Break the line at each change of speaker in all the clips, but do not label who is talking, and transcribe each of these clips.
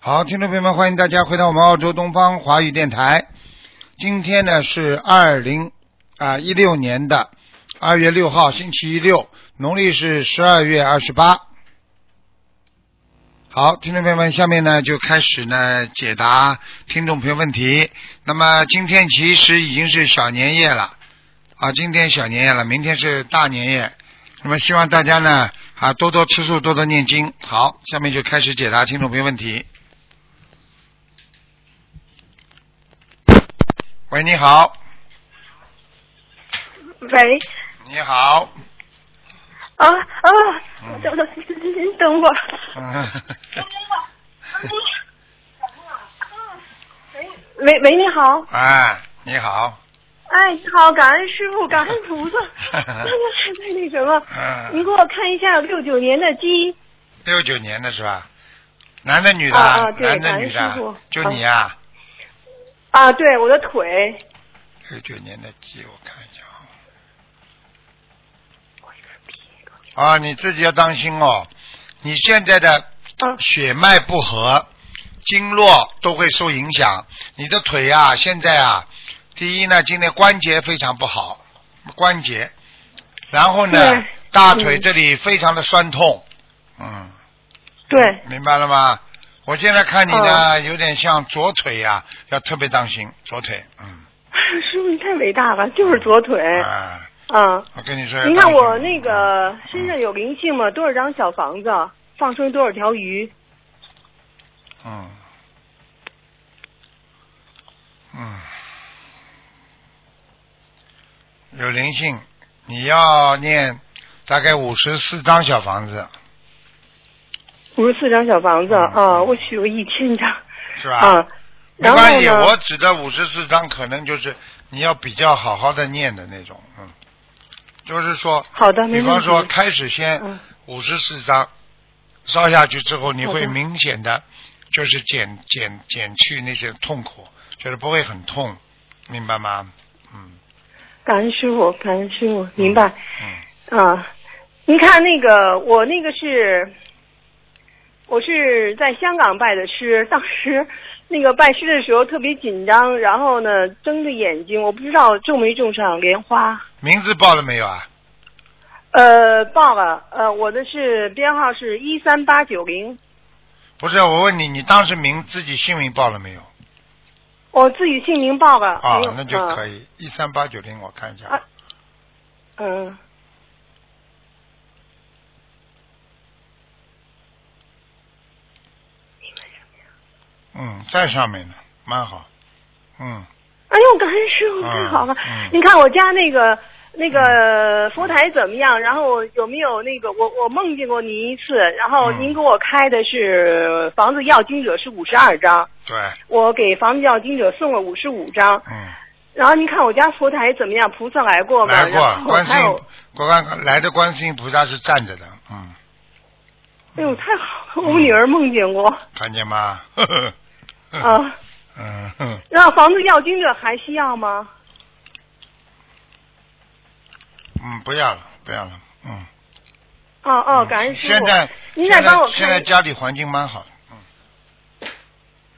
好，听众朋友们，欢迎大家回到我们澳洲东方华语电台。今天呢是二零啊一六年的二月六号，星期六，农历是十二月二十八。好，听众朋友们，下面呢就开始呢解答听众朋友问题。那么今天其实已经是小年夜了啊，今天小年夜了，明天是大年夜。那么希望大家呢啊多多吃素，多多念经。好，下面就开始解答听众朋友问题。喂，你好，
喂，
你好，
啊啊，等 等，您等 会儿。
嗯，
喂喂，你好，
哎，你好，
哎，你好，感恩师傅，感 恩菩萨。
啊
那那什么，您
嗯，
给我看一下六九年的鸡，
六九年的是吧？男的女的？
啊啊对
男的
感恩
女
师
的
傅？
就你啊？
啊，对，我的腿，
六九年的鸡，我看一下啊。啊，你自己要当心哦，你现在的
啊
血脉不和，经络都会受影响。你的腿啊，现在啊，第一呢，今天关节非常不好，关节，然后呢
对，
大腿
嗯
这里非常的酸痛，嗯，
对，嗯
明白了吗？我现在看你呢，有点像左腿呀、要特别当心左腿，嗯，
师傅你太伟大了，就是左腿，
啊，
啊，
我跟你说，
您看我那
啊
个身上有灵性吗？多少张小房子，放生多少条鱼？
嗯，嗯，有灵性，你要念大概五十四张小房子，
五十四张小房子
嗯
啊，我许过一千张
是吧？
啊，
没
然后
关系，
呢？
我指的五十四张可能就是你要比较好好的念的那种，嗯，就是说，
好的，啊
比
没问
方
题。
说开始先
嗯，
五十四张烧下去之后，你
好
会
的
明显的就是减减减去那些痛苦，就是不会很痛，明白吗？嗯。
感恩师傅，感恩师傅，明白。
嗯，
啊，您看那个，我那个是，我是在香港拜的师，当 时那个拜师的时候特别紧张，然后呢睁着眼睛，我不知道种没种上莲花。
名字报了没有啊？
呃，报了，呃，我的是编号是一三八九零，
不是，我问你，你当时名自己姓名报了没有？
我自己姓名报了。
啊
没有，
那就
啊
可以，一三八九零，我看一下。
啊嗯，
嗯，在上面呢，蛮好。嗯，
哎呦，感恩师傅，
啊
太好了！
嗯
您看我家那个那个佛台怎么样？然后有没有那个我我梦见过您一次，然后
嗯
您给我开的是房子要经者是五十二张，
对，
我给房子要经者送了五十五张。
嗯，
然后您看我家佛台怎么样？菩萨来过吗？
来
然
过，
后
观世
还有
音，我看来的观世音菩萨是站着的，嗯，
哎呦，太好了！我女儿梦见过
看 见吗？呵呵呵呵
啊。
嗯哼，
那房子要经者还需要吗？
嗯，不要了，不要了，嗯。
哦哦，感恩师傅。
现在，
您再
现
帮我
在
看
现在家里环境蛮好的，嗯，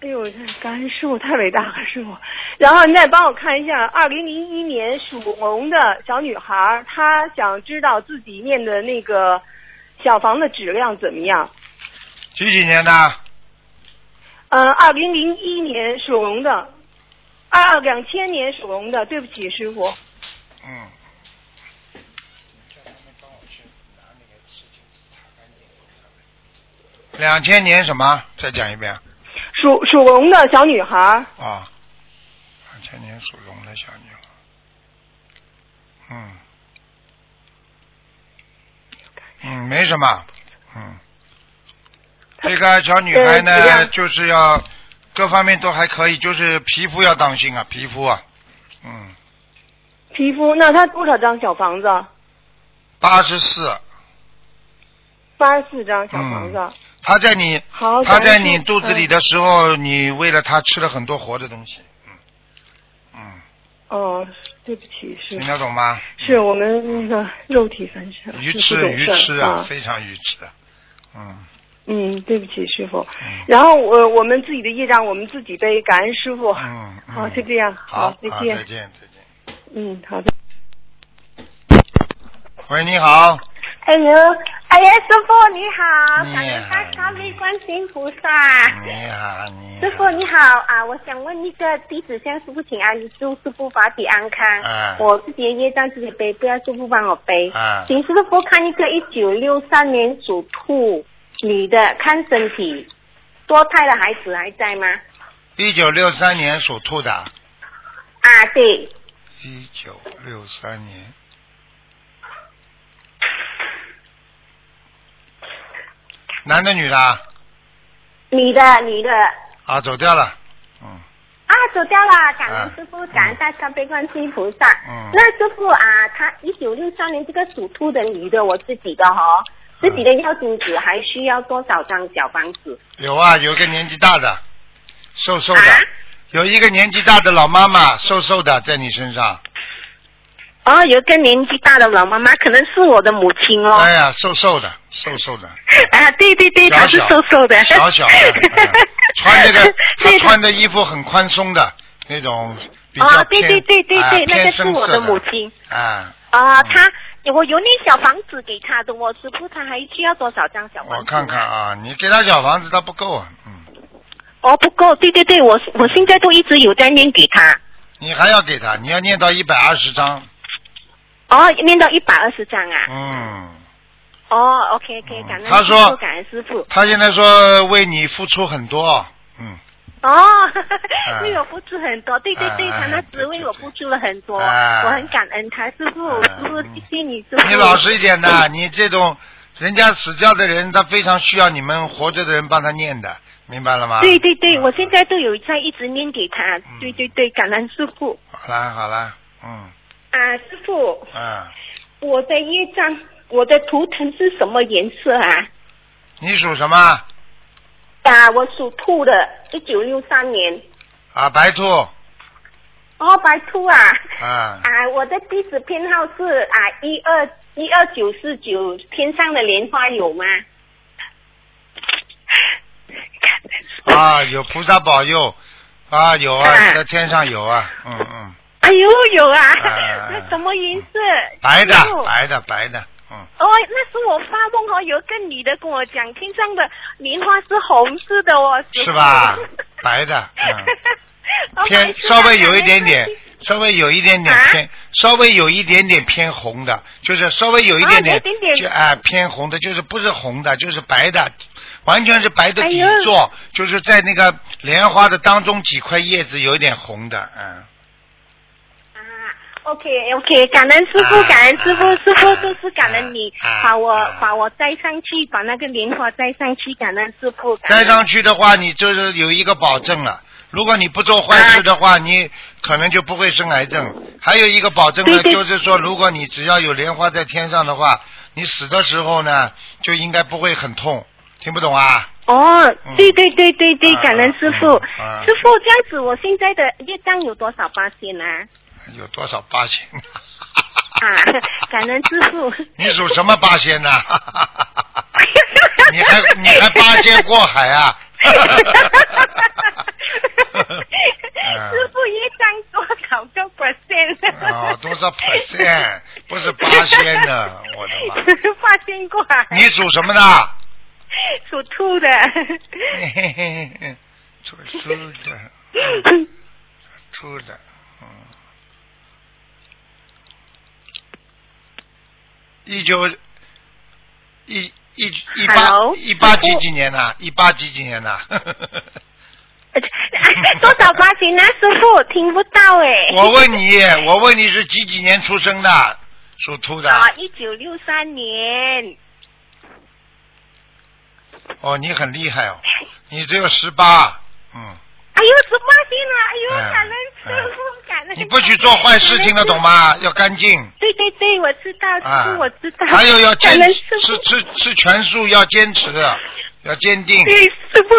哎呦，感恩师傅太伟大了，师傅。然后您再帮我看一下，二零零一年属龙的小女孩儿，她想知道自己念的那个小房的质量怎么样。
几几年的？
嗯，二零零一年属龙的，二二两千年属龙的，对不起，师傅。
嗯。两千年什么？再讲一遍啊！
属属龙的小女孩儿，
两千年属龙的小女孩。嗯。嗯，没什么。嗯。这个小女孩
呃质
呢，
量
就是要各方面都还可以，就是皮肤要当心啊，皮肤啊。嗯，
皮肤，那她多少张小房子？
八十四。
八十四张小房子。
嗯她在你
好，
他
感
在
恩师
你
傅
肚子里。的时候，你喂了他吃了很多活的东西，嗯
嗯哦，对不起，师傅
嗯，听。得懂吗？
是我们那个肉体凡身，
鱼
不
吃
懂
鱼
事儿
吃
啊，
非常鱼吃，嗯，
嗯，对不起，师傅。然后我、我们自己的业障我们自己背，感恩师傅。
嗯，嗯
好，就这样。
好，
再
好
见。
啊再见，再见。
嗯，好的。
喂，你好，
哎呦，哎呀，师傅你好，
你好
感恩大慈大悲观世音菩萨。
你好，啊你好。
师傅你好啊，我想问一个弟子向师傅请安，祝师傅法体安康。
哎
我自己的业障自己背，不要师傅帮我背。
哎
请师傅看一个一九六三年属兔女的，看身体，多胎的孩子还在吗？
一九六三年属兔的，
啊，对，
一九六三年。男的女的啊
女的女的
啊，走掉了，嗯，
啊，走掉了，感
啊
恩师傅，感恩大慈大悲观世音菩萨。
嗯
那师傅啊，她一九六三年这个属兔的女的，我自己的
嗯
哈、哦，自己的药精子还需要多少张小房子？
有啊，有一个年纪大的，瘦瘦的，
啊
有一个年纪大的老妈妈，瘦瘦的在你身上，
哦，有一个年纪大的老妈妈，可能是我的母亲哦。
哎呀，瘦瘦的，瘦瘦的，
啊，对对对，她
小
是
小
瘦瘦的，
小 小的，嗯穿这个她
对
穿的衣服很宽松的那种，比较
哦
偏
对对对对
啊
对那个
偏
是
深
我
色
的母亲
啊。
啊，她我有那小房子给她的哦，师傅，她还需要多少张小房子？
我看看。啊，你给他小房子他不够啊，嗯，
哦，不够，对对对，我我现在都一直有在念给她。
你还要给他，你要念到一百二十章，
哦，念到一百二十张啊。
嗯，
哦，OK OK，感恩
他
师傅
说
感恩师傅。
他现在说为你付出很多，嗯，
哦
啊，
为我付出很多，对对对，
啊
他那
对
时为我付出了很多，
啊
我很感恩他师傅，
啊
师傅谢谢你师傅。
你老实一点的，你这种人家死掉的人，他非常需要你们活着的人帮他念的，明白了吗？
对对对，
嗯
我现在都有在一直念给他
嗯，
对对对，感恩师傅
好啦好啦，嗯
啊，师傅，
嗯，
我的业障，我的图腾是什么颜色啊？
你属什么
啊，我属兔的，一九六三年。
啊？白兔
哦，白兔啊！
啊
啊，我的地址偏好是啊一二一二九四九，天上的莲花有吗？
啊，有菩萨保佑啊，有啊，
啊
在天上有啊，嗯嗯，
哎呦，有啊！
啊
那什么颜色？
白的
师傅
白的白的，嗯。
哦，那时我发梦哦，有一个女的跟我讲，天上的莲花是红色的哦，师傅
是吧？白的， 嗯，
哦
偏稍微有一点点，稍微有一点点
啊
偏，稍微有一点点偏红的，就是稍微有一点
啊有一点点
就哎偏红的，就是不是红的，就是白的，完全是白的底
哎呦
座，就是在那个莲花的当中几块叶子有一点红的，嗯，
啊，OK OK，感恩师傅
啊，
感恩师
啊
傅，师傅都是感恩你
啊
把我
啊
把我摘上去，把那个莲花摘上去，感恩师傅。感
摘
恩
上去的话，你就是有一个保证了。如果你不做坏事的话，你可能就不会生癌症。还有一个保证呢，
对对
就是说，如果你只要有莲花在天上的话，你死的时候呢，就应该不会很痛。听不懂啊？
哦
嗯，
对对对对对，
啊
感恩师傅。
嗯啊
师傅，这样子我现在的业障有多少八千呢？
有多少八仙？
啊， 感恩师傅。
你属什么八仙 呢、你还你还八仙过海啊？ 嗯
师傅业障多少个 percent？
哦，多少 percent？不是八仙呢，我的 妈！
发现过啊，
你属什么的？
属兔的。
嘿嘿嘿嘿，属猪的，猪的，嗯，一九一一一八
Hello？
一八几几年呐、一八几几年呐、
多少八千呢？师傅我听不到哎。
我问你，我问你是几几年出生的？属兔的。
啊，一九六三年。
哦，你很厉害哦，你只有十八，嗯，
哎呦，十八斤了！
哎
哎呦，感恩师傅，感恩。
你不许做坏事情了，懂？吗？要干净。
对对对，我知道，师
啊，
傅我知 道。
还有要坚
感恩师
吃
傅，
吃吃全素要坚持，要坚定。
对师傅，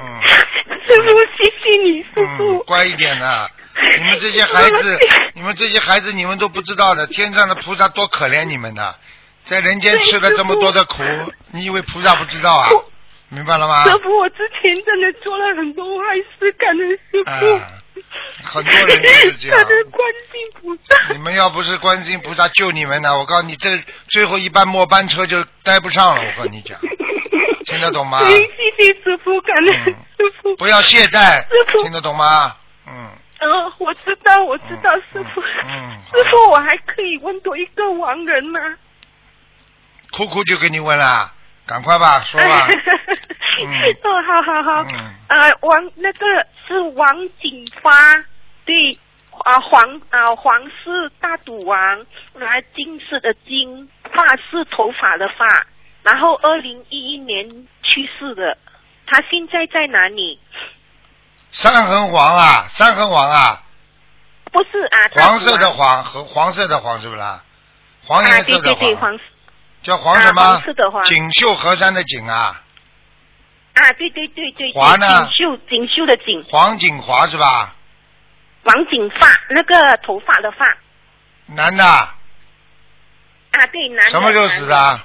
嗯
师傅谢谢你，师
嗯
傅，。
乖一点呐、 你们这些孩子，你们这些孩子，你们都不知道的，天上的菩萨多可怜你们呐、在人间吃了这么多的苦，你以为菩萨不知道啊？明白了吗？
师傅，我之前真的做了很多坏事，感恩师
啊、
傅。
很多人就是这样
他。的观世菩萨。
你们要不是观世音菩萨救你们呢，我告诉你，这最后一班末班车就待不上了。我跟你讲，听得懂吗？
对谢谢师傅，感恩
嗯
师 傅。
不要懈怠
师，父
听得懂吗？嗯，
嗯，我知道，我知道，
嗯
师傅。
嗯嗯
师傅，我还可以问多一个亡人吗？
哭哭就给你问了，赶快吧，说
哎
吧。嗯
哦，好好好。
嗯
呃，王那个是王景发，对，啊、黄啊、黄是大赌王，然后金是的金，发是头发的发，然后二零一一年去世的，他现在在哪里？
三横黄啊，三横黄啊，
不是啊，大
黄色
赌
的
王
黄和黄色的黄是不是啦？黄
啊，
颜
对
色
对
的
对，黄
叫黄什
啊
么
黄色的黄？
锦绣河山的锦啊，
啊，对对对对，对
华呢
锦绣锦绣的锦，
黄锦华是吧？
王景发那个头发的发
男的，
啊，对，男的。
什么时候死的？啊？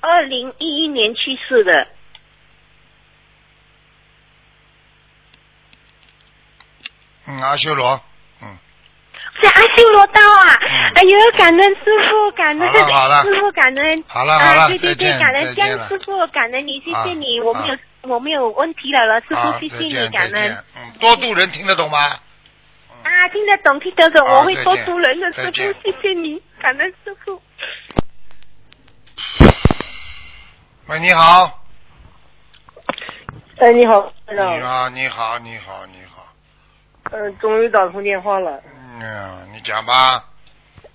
二零一一年去世的。
嗯，阿修罗，嗯，
是阿修罗道啊！哎呦，感恩师傅，感恩
好了好了
师傅，感恩。
好了好了
啊，对对对
再，见
感恩
再见了
江师傅，感恩你，谢谢你，
啊
我没有我没有问题了了，师
好，
傅，
再
谢谢你，
见
感
再
恩
见。，嗯，多度人听得懂吗？
啊，听得懂，听得懂，
好
我会
再见
多读人的，师
再
傅
见，
谢谢你，感恩师 傅。
喂，你好，
哎，你好，班
你啊
长。
好，你好，你好，你好，
呃，终于打通电话了。
嗯，你讲吧，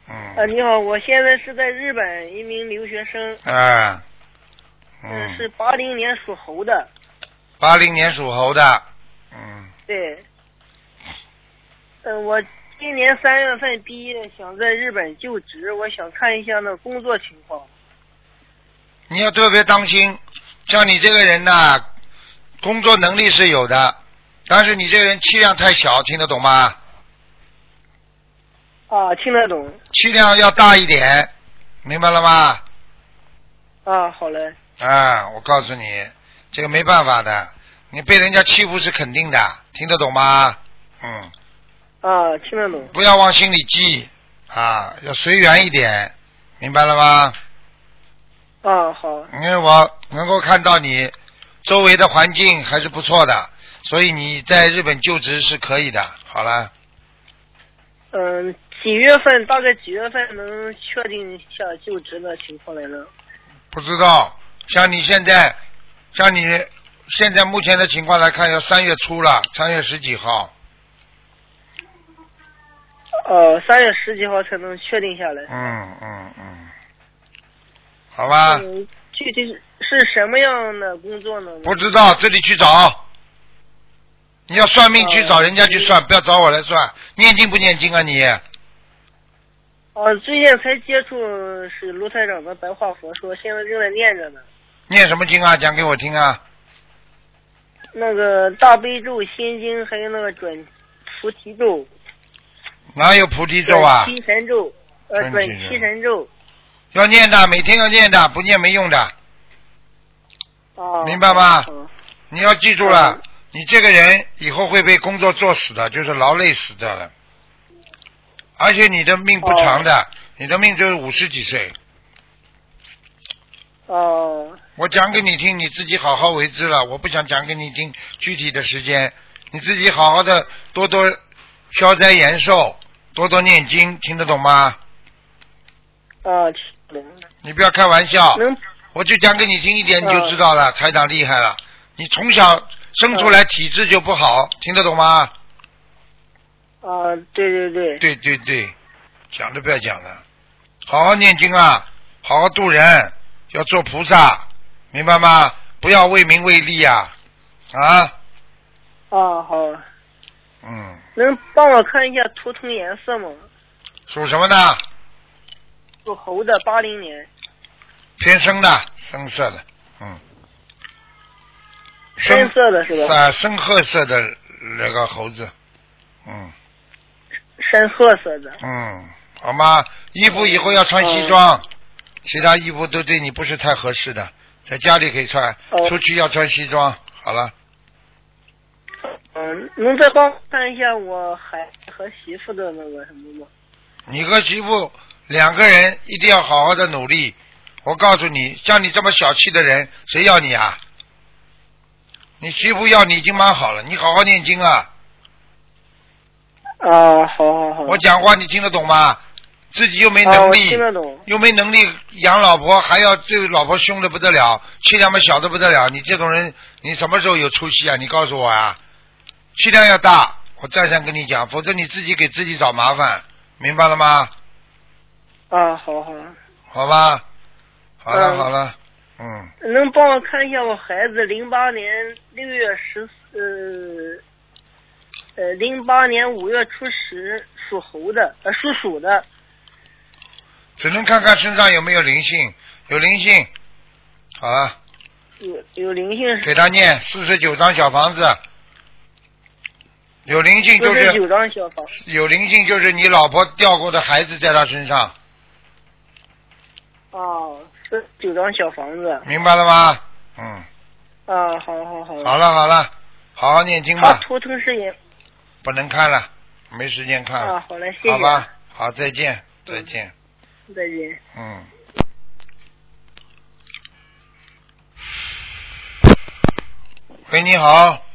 呃，
嗯，
你好，我现在是在日本，一名留学生，
哎，
嗯，是
嗯，
八零年属猴的，
八零年属猴的，嗯，
对。嗯、我今年三月份毕业，想在日本就职，我想看一下那工作情况。
你要特别当心，像你这个人呐、工作能力是有的，但是你这个人气量太小，听得懂吗？
啊，听得懂。
气量要大一点，明白了吗？
啊，好嘞。
啊，我告诉你，这个没办法的，你被人家欺负是肯定的，听得懂吗？嗯，
啊，听得懂。
不要往心里记啊，要随缘一点，明白了吗？
啊，好。
因为我能够看到你周围的环境还是不错的，所以你在日本就职是可以的。好了，
嗯，几月份？大概几月份能确定一下就职的情况来呢？
不知道像你现在，像你现在目前的情况来看，要三月初了，三月十几号，
呃，三月十几号才能确定下来。
嗯嗯嗯，好吧。
嗯，具体是什么样的工作呢？
不知道，自己去找。你要算命去找人家去算，不要找我来算。念经不念经啊你？
哦，最近才接触是卢台长的白话佛说，现在正在念着呢。
念什么经啊？讲给我听啊！
那个大悲咒、心经，还有那个准菩提咒、
哪有菩提咒啊
转？七神咒，呃，
准
准
提咒
七神咒。
要念的，每天要念的，不念没用的。
哦，
明白吗
嗯
你要记住了，你这个人以后会被工作作死的，就是劳累死掉了。而且你的命不长的，你的命就是五十几岁。
哦，
我讲给你听，你自己好好为之了。我不想讲给你听具体的时间，你自己好好的多多消灾延寿，多多念经，听得懂吗？
啊，听懂了
你不要开玩笑，
能
我就讲给你听一点，你
嗯
就知道了。台长厉害了，你从小生出来体质就不好，听得懂吗？
啊，对对对，
对对对，讲都不要讲了，好好念经啊，好好度人，要做菩萨，明白吗？不要为名为利啊，啊，
啊好，
嗯，
能帮我看一下图腾颜色吗？
属什么呢？
属猴的，八零年。
偏深的，深色的，嗯，
深色的是吧？
啊，深褐色的那个猴子，嗯
深褐色的。
嗯，
嗯
好吗？衣服以后要穿西装，其他衣服都对你不是太合适的，在家里可以穿，
哦
出去要穿西装。好了，
嗯，能再帮我看一下我孩子和媳妇的那个什么吗？
你和媳妇两个人一定要好好的努力。我告诉你，像你这么小气的人，谁要你啊？你媳妇要你已经蛮好了，你好好念经啊。
啊，好好好。
我讲话你听得懂吗？自己又没
啊，
能
我
力
听，得懂。
又没能力养老婆，还要对老婆凶的不得了，气量嘛小的不得了。你这种人，你什么时候有出息啊？你告诉我啊！气量要大，我再三跟你讲，否则你自己给自己找麻烦，明白了吗？
啊，好好。
好吧，好了、
嗯
好了，嗯，
能帮我看一下我孩子零八年六月十四，呃，呃，零八年五月初十属猴的，呃，属鼠的。
只能看看身上有没有灵性，有灵性，好了，
有有灵性是
给他念四十九张小房子，有灵性
四
就
十
是
九张小房，
有灵性就是你老婆掉过的孩子在她身上，
哦，四十九张小房子，
明白了吗？嗯，
啊，好好好，
好了好了，好好念经
他
吧，
图腾是也，
不能看了，没时间看
啊，嗯
了，
好嘞，谢谢，
好吧，好再见再见，
再见。
嗯。喂，你好，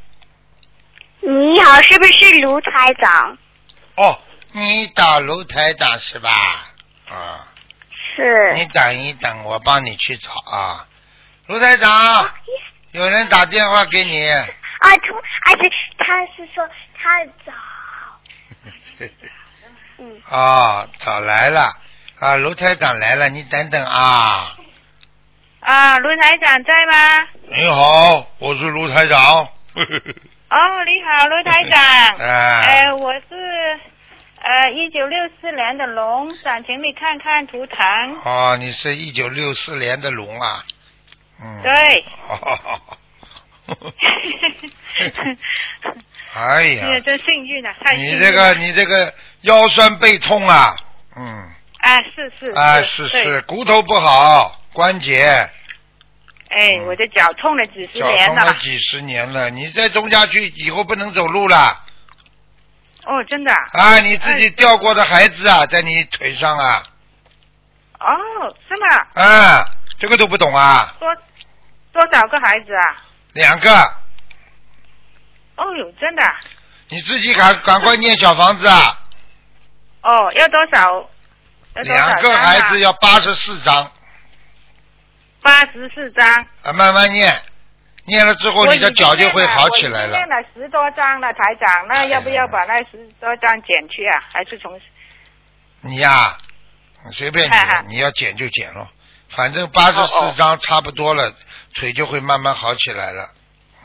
你好，是不是卢台长？
哦，你打楼台长是吧？啊，
是
你等一等，我帮你去找啊。卢台
哦
长，有人打电话给你。
啊，突，而且他是说他 早，嗯，
哦，早来了啊，卢台长来了，你等等啊。
啊，卢台长在吗？
你好，我是卢台长。
哦，你好，卢台 长。
哎、
呃，我是呃一九六四年的龙，想请你看看图腾。
哦，你是一九六四年的龙啊。嗯。。
对
哎
是
呀，
真幸运啊，太幸运
你
了。
这个你这个腰酸背痛啊，嗯，
啊，是是
啊
是
是
对
是，骨头不好，关节，
哎，我的脚痛了几十
嗯脚
年
痛了
了。
几十年了，你再种下去以后不能走路了。
哦，真的啊。
啊，你自己掉过的孩子啊，在你腿上啊，
哦，是吗？
啊，这个都不懂啊，
多多少个孩子啊？
两个，
哦哟，真的啊。
你自己赶赶快念小房子啊，
哦，要多少？要多少啊
两个孩子要八十四张，
八十四张。
啊，慢慢念，念了之后你的脚就会好起来
我已经
了哎
练。了十多张了，台长，那要不要把那十多张减去啊？还是从
你呀、你随便你
哈哦
了
哈，
你要减就减咯，反正八十四张差不多了，腿就会慢慢好起来了。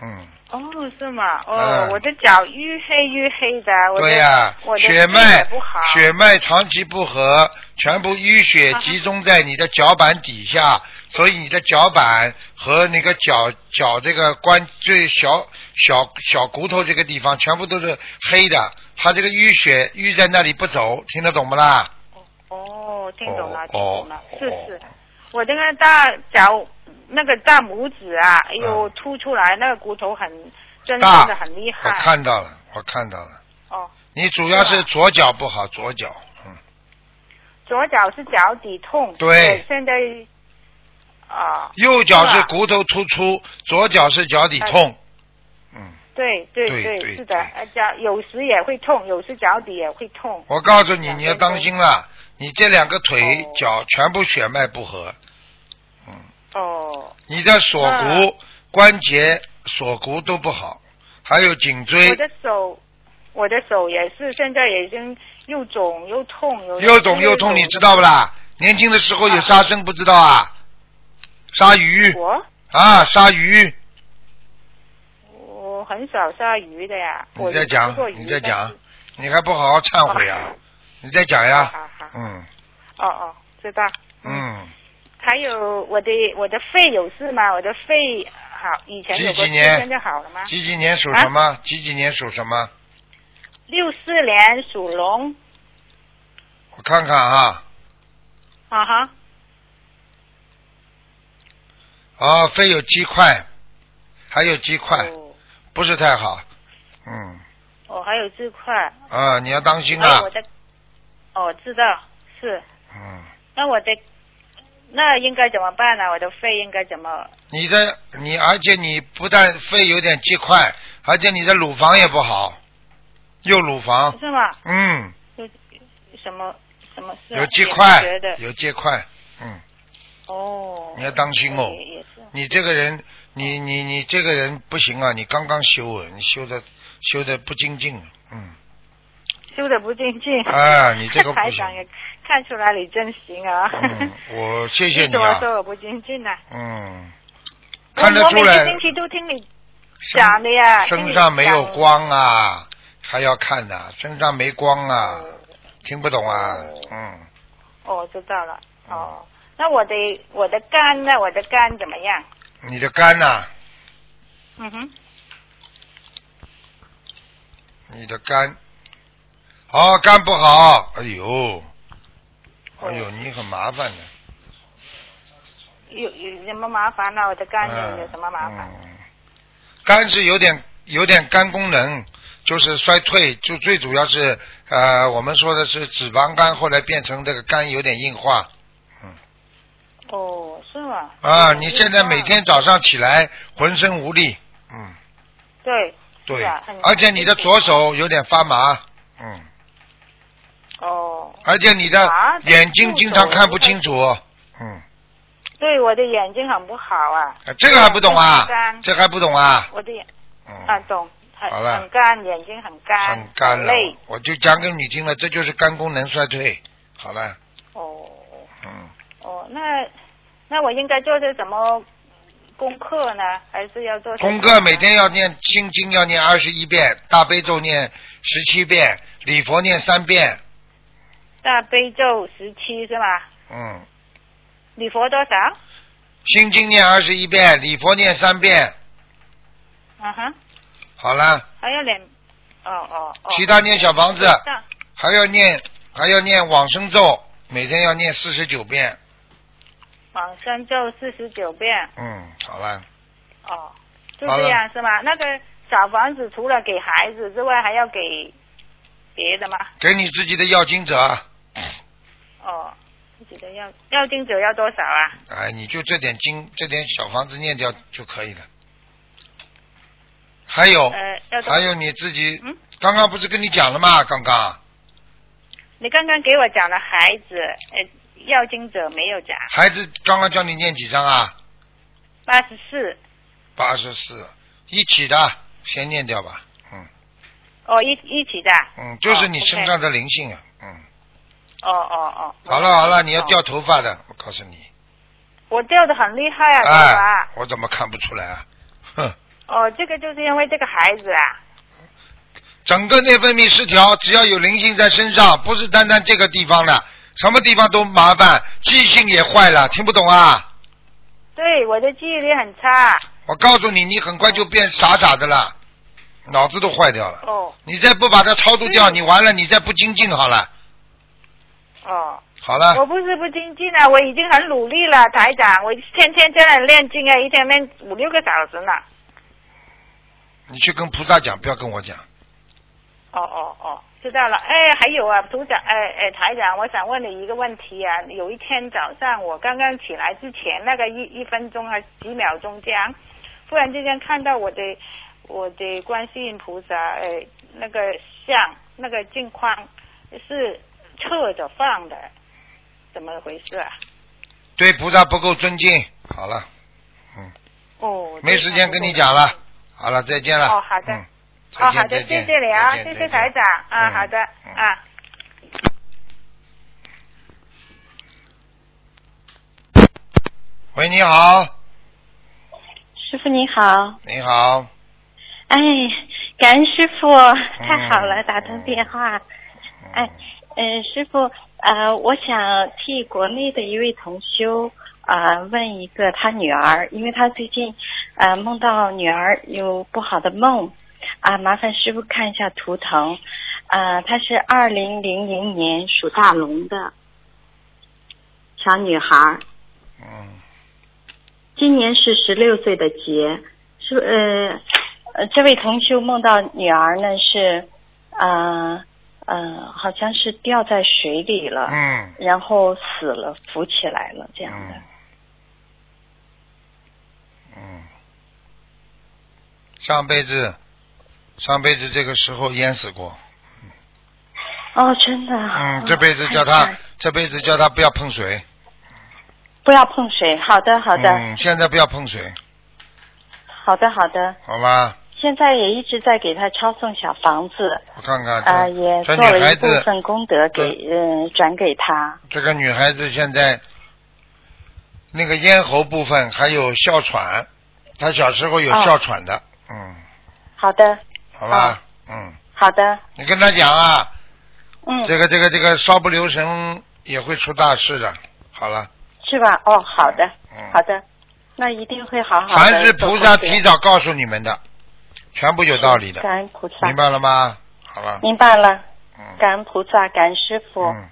嗯，
哦是吗？哦，
嗯
我的脚淤黑淤黑的，我的
对呀、
我的
血
筋也
脉
不好，
血脉长期不和，全部淤血
啊哈
集中在你的脚板底下，所以你的脚板和那个脚脚这个关最小小小骨头这个地方全部都是黑的，它这个淤血淤在那里不走，听得懂不啦？
哦，听懂
哦
了，听懂了，
哦
是
哦
是，我这个大脚那个大拇指啊，哎呦
嗯
凸出来，那个骨头很真
大
正的很厉
我
害。
看到了，我看到了。
哦，
你主要
是
是
吧
左脚不好，左脚，嗯，
左脚是脚底痛，
对
我现在啊，
右脚
是
是
吧呃
骨头突出，左脚是脚底痛，嗯，
对对
对对
是的，
对
呃，脚有时也会痛，有时脚底也会痛。
我告诉你，
两边
你要当心了，你这两个腿、
哦
脚全部血脉不和，嗯，
哦，
你的锁
那
骨、关节、锁骨都不好，还有颈椎
我的手，我的手也是，现在已经又肿又痛，有
又肿又痛，你知道不？啦？年轻的时候有
啊
杀生不知道啊？杀鱼
我
啊，杀鱼，
我很少杀鱼的呀。
你
我
再
有
讲
吃过鱼
你再
但是
讲你还不好好忏悔啊？你再讲呀，
好好好，
嗯
哦哦，知道。
嗯，
还有我的我的肺有事吗？我的肺好，以前有
几
过
几
事，
年
现在好了吗？
几几年
啊
属什么？几几年属什么？
六四年属龙，
我看看啊，
啊哈，
啊，肺有积块，还有积块，
哦，
不是太好。嗯，
哦，还有这块。
啊，你要当心啊
那我。的，哦，知道是。
嗯，
那我的，那应该怎么办呢？我的肺应该怎么？
你的你，而且你不但肺有点积块，而且你的乳房也不好，右乳房，
是吗？
嗯，
有什么什么事啊？
有积
也
块
不觉，得
有积块，嗯。
哦。
你要当心哦
也也是。
你这个人，你你你这个人不行啊！你刚刚修啊，你修的修的不精进，嗯，
修的不精进。
啊你 这个不
台
行
长也看出来你真行啊。
嗯我谢 谢
怎
你
么
啊，
说我不精进呢、
嗯，
我
看得出
我每个
来
星期都听你
身
讲的呀。听
身
哎你
上没有
讲。
光啊，还要看呐、身上没光啊，听不懂啊，嗯，
哦，知道了。哦，那我的我的肝呢？我的肝怎么样？
你的肝呐、
嗯哼。
你的肝，哦，肝不好，哎呦，哎呦，
嗯
你很麻烦的。
有有什么麻烦呢、我的肝有有什么麻烦？
嗯？嗯肝是有点有点肝功能就是衰退，就最主要是呃，我们说的是脂肪肝，后来变成这个肝有点硬化
哦，是吗？
啊。
有
你现在每天早上起来浑身无力，嗯，
对
对
是啊很，
而且你的左手有点发麻，嗯，
哦，
而且你的
啊这
眼睛经常看不清
右
楚，嗯，
对我的眼睛很不好啊。
啊这个还不懂啊
眼睛很干，
这还不懂啊，
我的眼啊
嗯，
懂，很
好了
很干，眼睛很干，
很干了
累。，
我就讲给你听了，这就是肝功能衰退，好了，
哦
嗯。
哦，那那我应该做些什么功课呢？还是要做什么
功课每天要念心经，要念二十一遍，大悲咒念十七遍，礼佛念三遍。
大悲咒十七是吧？
嗯，
礼佛多少？
心经念二十一遍，礼佛念三遍，
嗯哼，
好了，
还有两，哦哦哦。
其他念小房子，
上
还要念还要念往生咒，每天要念四十九遍。
往生咒四十九遍。
嗯，好了，
哦，就
好了
这样是吗？那个小房子除了给孩子之外，还要给别的吗？
给你自己的要经者，
哦，自己的要要经者要多少啊？
哎，你就这点经，这点小房子念掉就可以了。还有，
呃，要多
哎还有你自己
嗯，
刚刚不是跟你讲了吗？刚刚。
你刚刚给我讲了孩子，呃，要经者没有讲，
孩子刚刚叫你念几张啊？
八十四
八十四，一起的，先念掉吧。嗯
哦，一一起的。
嗯，就是你
哦
身上的灵性啊。嗯，
哦哦哦。
好了好了，你要掉
哦
头发的，我告诉你。
我掉的很厉害啊，头
哎
发。，
我怎么看不出来啊？哼，
哦，这个就是因为这个孩子啊。
整个内分泌失调，只要有灵性在身上，不是单单这个地方的，什么地方都麻烦，记性也坏了，听不懂啊？
对，我的记忆力很差。
我告诉你，你很快就变傻傻的了，脑子都坏掉了。
哦嗯
你再不把它超度掉，
对
你完了，你再不精进好了，
哦。
好了。
我不是不精进啊，我已经很努力了，台长，我天天在那里练经啊，一天练五六个小时呢。
你去跟菩萨讲，不要跟我讲。
哦哦哦，知道了。哎，还有啊，组长，哎哎，台长，我想问你一个问题啊。有一天早上，我刚刚起来之前，那个一一分钟还是几秒钟这样，忽然之间看到我的我的观世音菩萨，哎，那个像那个镜框是侧着放的，怎么回事啊？
对菩萨不够尊敬，好了，
哦，
没时间跟你讲了，好了，再见了。
哦好的
嗯、再
哦，
见
好的，
再见
谢谢你啊，
再见
谢谢
再
台
见
长啊，
嗯
好的
嗯
啊。
喂，你好，
师傅你好，
你好，
哎，感恩师傅，太好了，
嗯
打通电话。
嗯
哎，嗯，师傅，呃，我想替国内的一位同修呃问一个他女儿，因为他最近呃梦到女儿有不好的梦，啊、麻烦师傅看一下图腾，啊，她是二零零零年属大龙的小女孩儿，
嗯，
今年是十六岁的杰，是呃呃，这位同修梦到女儿呢是，呃呃，好像是掉在水里了，
嗯
然后死了，浮起来了这样的。
嗯嗯，上辈子上辈子这个时候淹死过，
哦，真的啊。哎
嗯，这辈子叫
太
他
惨
这辈子叫他不要碰水，
不要碰水。好的，好的，
嗯，现在不要碰水，
好的，好的。
好吧？
现在也一直在给他抄送小房子，
我看看，
呃，
这
也
这
做
女
了
孩
一部
子，
分功德给嗯、转给他。
这个女孩子现在那个咽喉部分还有哮喘，她小时候有
哦
哮喘的，嗯，
好的，
好吧，嗯，
好的，
你跟她讲啊，
哦嗯，
这个这个这个稍不留神也会出大事的。好了，
是吧？哦，好的，
嗯，
好的，那一定会好好的。
凡是菩萨提早告诉你们的，全部有道理的，
感恩菩萨，
明白了吗？好了，
明白了，
嗯，
感恩菩萨，感恩师傅。
嗯，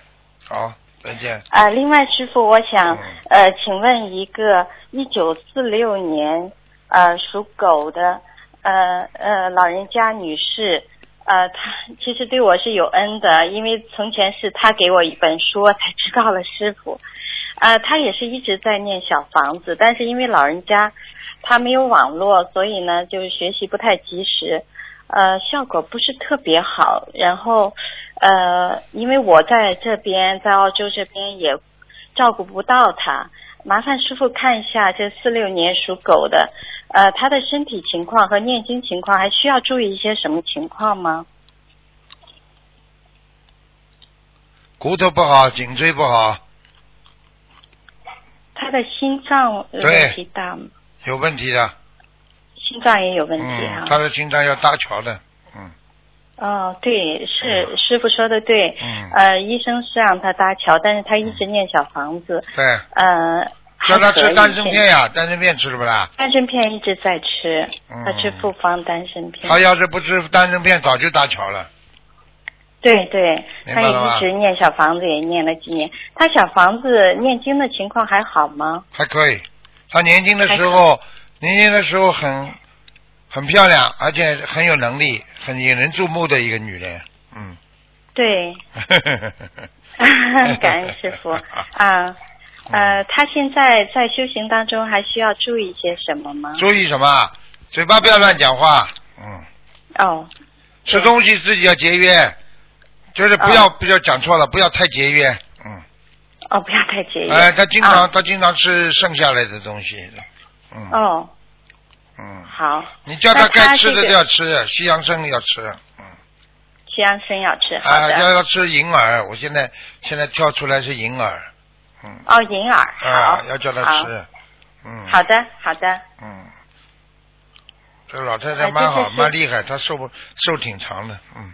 好，再见。
啊、另外，师傅，我想
嗯
呃，请问一个一九四六年呃属狗的呃呃老人家女士，呃，她其实对我是有恩的，因为从前是她给我一本书，我才知道了师傅。呃，她也是一直在念小房子，但是因为老人家他没有网络，所以呢，就是学习不太及时。呃，效果不是特别好。然后，呃，因为我在这边，在澳洲这边也照顾不到他，麻烦师傅看一下这四六年属狗的，呃，他的身体情况和念经情况，还需要注意一些什么情况吗？
骨头不好，颈椎不好，
他的心脏有
对
问题大吗？
有问题的。
心脏也有问题
嗯
啊，。
他的心脏要搭桥的。嗯
哦，对，是师傅说的对。
嗯，
呃，医生是让他搭桥，但是他一直念小房子，
对，
呃，还
叫他
可
吃
以
丹参
现
片呀，丹参片吃了不啦？
丹参片一直在吃，
嗯
他吃复方丹参片。
他要是不吃丹参片，早就搭桥了。
对对，
明
他
白
也
了吧
一直念小房子，也念了几年。他小房子念经的情况还好吗？
还可以。她年轻的时候，年轻的时候很很漂亮，而且很有能力，很引人注目的一个女人。嗯，
对， 感恩师 傅
嗯
啊。呃，他现在在修行当中还需要注意些什么吗？
注意什么？嘴巴不要乱讲话。嗯，
哦，
吃东西自己要节约，就是不
啊
要、不要讲错了，不要太节约。嗯，
哦，不要太介意。
哎，她经常、
啊
她经常吃剩下来的东西。嗯、
哦，
嗯，
好，
你叫她
那她
该吃的
这
都
个
要吃，西洋参要吃。嗯。
西洋参要吃，好
啊，要
的。
要吃银耳，我现在现在跳出来是银耳，嗯，
哦，银耳，
啊
好，，
要叫他
好。
吃，嗯，
好，的，好的，
嗯，这老太
哎
太蛮
这
好，
这是
蛮厉害，她瘦不瘦挺长的，嗯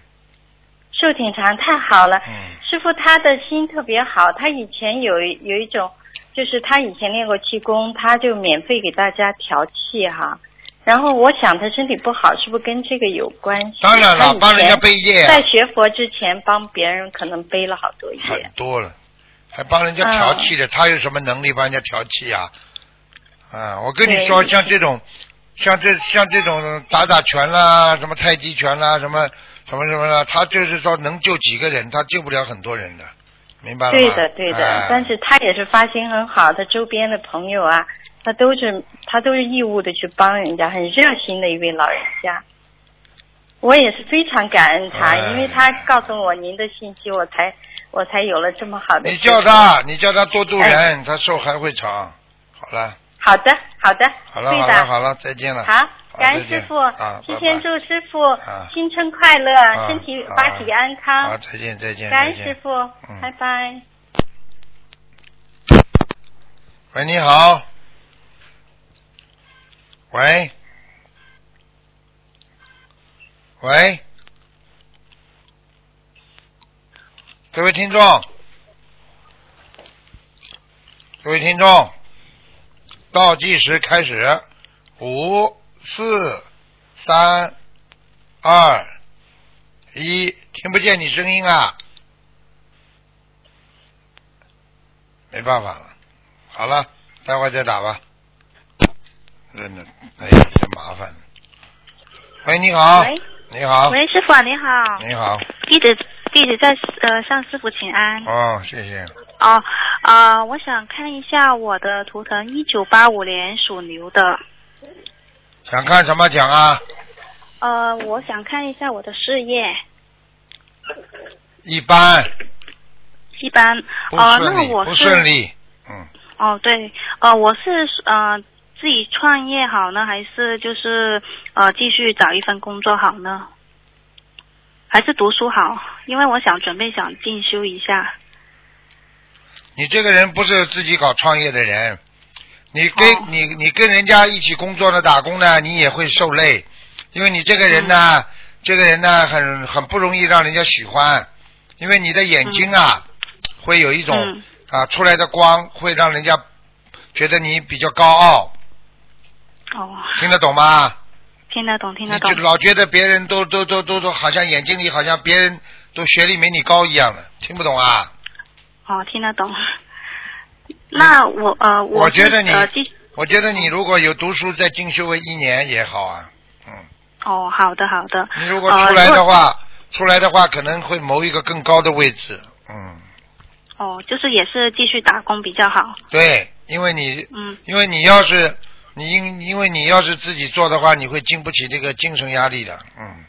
寿挺长，太好了。
嗯，
师傅他的心特别好，他以前有一有一种，就是他以前练过气功，他就免费给大家调气哈。然后我想他身体不好，是不是跟这个有关系？
当然
他以
了，
前
帮人家背业啊
在学佛之前帮别人可能背了好多
很
业。
多了，还帮人家
嗯
调气的，他有什么能力帮人家调气啊？啊，我跟你
对
说，像这种，像这像这种打打拳啦，什么太极拳啦，什么什么什么啦，他就是说能救几个人，他救不了很多人的，明白了吗？
对的，对的。
哎
但是他也是发心很好，他周边的朋友啊，他都是他都是义务的去帮人家，很热心的一位老人家。我也是非常感恩他，
哎
因为他告诉我您的信息，我才我才有了这么好的。嗯
你叫。他，你叫他多度人，他寿还会长。好了，
好的，好的，
好了，
对
好
的。
了，好了，再见了。
好，
再
感恩
见
师傅
啊，
提
拜
前
拜
祝师傅
啊
新春快乐，
啊
身体
好
法体安
好，
康。
再见，再见，
感
再
恩师
见。
傅
嗯，
拜拜。
喂，你好。喂，喂，各位听众，各位听众，倒计时开始，五、四、三、二、一，听不见你声音啊，没办法了。好了，待会儿再打吧。真的，哎呀，真麻烦。喂，你好，
喂
你好，
喂，师傅啊，你好，
你好，
弟子弟子在呃向师傅请安。
哦，谢谢。
哦啊、我想看一下我的图腾，一九八五年属牛的。
想看什么讲啊？
呃，我想看一下我的事业，
一般，
一般。
不
呃，
顺
那
利，
我
不
是
顺利。
哦，对，呃，我是呃自己创业好呢，还是就是呃继续找一份工作好呢？还是读书好？因为我想准备想进修一下。
你这个人不是自己搞创业的人，你跟、
哦
你你跟人家一起工作呢，打工呢，你也会受累，因为你这个人呢，
嗯
这个人呢，很很不容易让人家喜欢，因为你的眼睛啊，
嗯
会有一种、啊出来的光，会让人家觉得你比较高傲，
哦，
听得懂吗？
听得懂，听
你
得懂
就。老觉得别人都都都都都好像眼睛里好像别人都学历没你高一样的，听不懂啊？
哦，听得懂。那我呃，
嗯我觉得
是
你
呃继
我觉得你如果有读书再进修个一年也好啊。
哦，好的好的。
你如果
呃
出来的话，出来的话可能会谋一个更高的位置。嗯，
呃哦，就是也是继续打工比较好。
对，因为你，
嗯，
因为你要是你因因为你要是自己做的话，你会经不起这个精神压力的。嗯，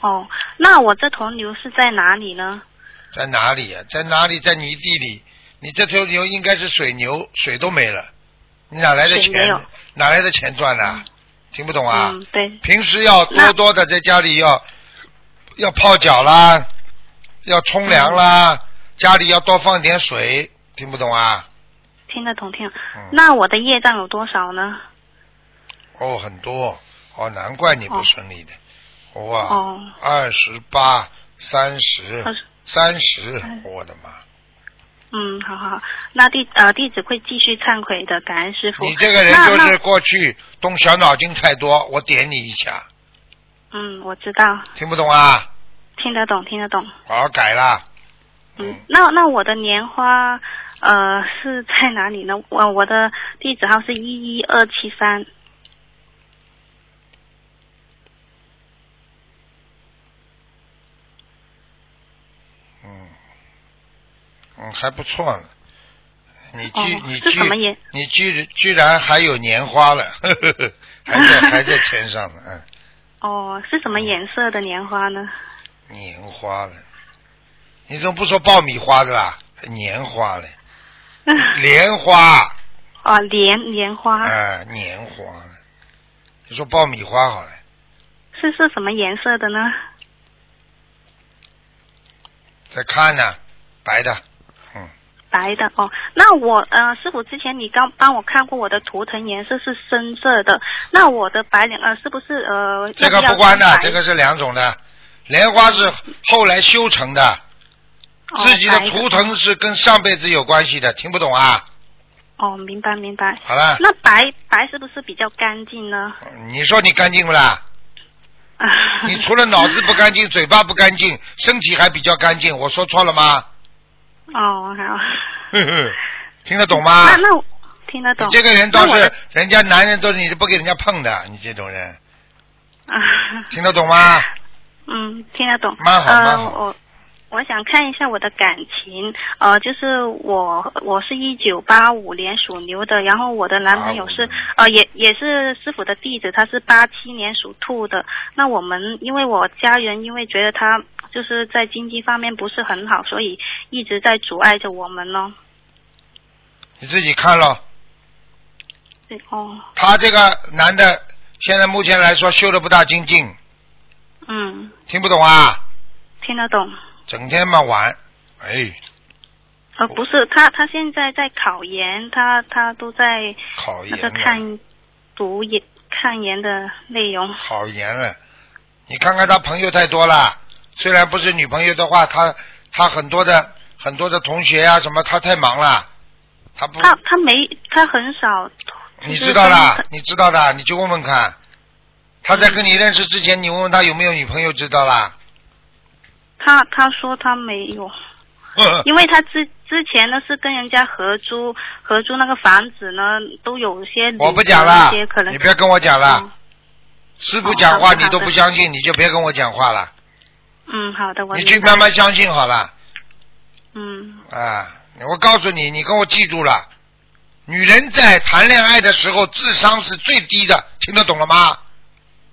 哦，那我这头牛是在哪里呢？
在哪里呀、在哪里？在泥地里。你这头牛应该是水牛，水都没了，你哪来的
水没
钱
有？
哪来的钱赚呢、听不懂啊？
嗯，对，
平时要多多的在家里要要泡脚啦，要冲凉
嗯
啦，家里要多放点水，听不懂啊？
听得懂听。
嗯
那我的业障有多少呢？
哦，很多哦，难怪你不顺利的。哇，
哦，
二十八、三十
二十、
三十，我的妈！
嗯，好好好，那弟呃弟子会继续忏悔的，感恩师傅。
你这个人
那
就
那
是过去动小脑筋太多，我点你一下，
嗯，我知道，
听不懂啊？
听得懂，听得懂。嗯
好好改啦。嗯
那那我的莲花呃是在哪里呢？我我的地址号是一一二七三。
嗯，嗯，还不错呢。你居、
哦
你
是
居
什么颜
你居居然还有年花了， 呵呵呵还 在还在天上呢，嗯，
哦，是什么颜色的莲花呢？
嗯年花了。你怎么不说爆米花的啦？还年花 嘞，莲花，
哦，莲莲花、
哎、年花了。你说爆米花好了，
是是什么颜色的呢？
再看呢、白的，
白的哦。那我呃，师傅之前你刚帮我看过我的图腾颜色是深色的，那我的白莲呃是不是呃
这个
要
不
要
关的
白，
这个是两种的。莲花是后来修成的，
哦
自己的
白
图腾是跟上辈子有关系的，听不懂啊？
哦，明白明白。
好了。
那白白是不是比较干净呢？
你说你干净不啦？
啊
你除了脑子不干净，嘴巴不干净，身体还比较干净，我说错了 吗？
哦，好，
啊哼哼，听得懂吗？
那那我听得懂
你。这个人倒
那我
是
的，
人家男人都是你都不给人家碰的，你这种人，
啊，
听得懂吗？
嗯，听得懂。
蛮好蛮好
呃，我我想看一下我的感情，呃，就是我我是一九八五年属牛的，然后我的男朋友是呃也也是师傅的弟子，他是八七年属兔的。那我们因为我家人因为觉得他就是在经济方面不是很好，所以一直在阻碍着我们哦呢。
你自己看咯。
对哦，
他这个男的，现在目前来说修的不大精进，
嗯，
听不懂啊？
听得懂。
整天嘛玩，哎，哦
呃，不是，他他现在在考研，他他都在
考
那
研啊
个
了，
看读研看研的内容。
考研了。你看看他朋友太多了，虽然不是女朋友的话，他他很多的很多的同学啊什么，他太忙了，他不，
他他没他很少，
你知道的，你知道的，你去问问看。他在跟你认识之前，你问问他有没有女朋友，知道啦？
他他说他没有。嗯因为他之之前呢是跟人家合租，合租那个房子呢都有些
我不讲了
有一些可，能嗯
你不要跟我讲了。师傅讲
哦
话
好的
你都不相信，你就别跟我讲话了，
嗯，好的，我
你
明白
去慢慢相信好了。
嗯
啊，我告诉你，你跟我记住了，女人在谈恋爱的时候智商是最低的，听得懂了吗？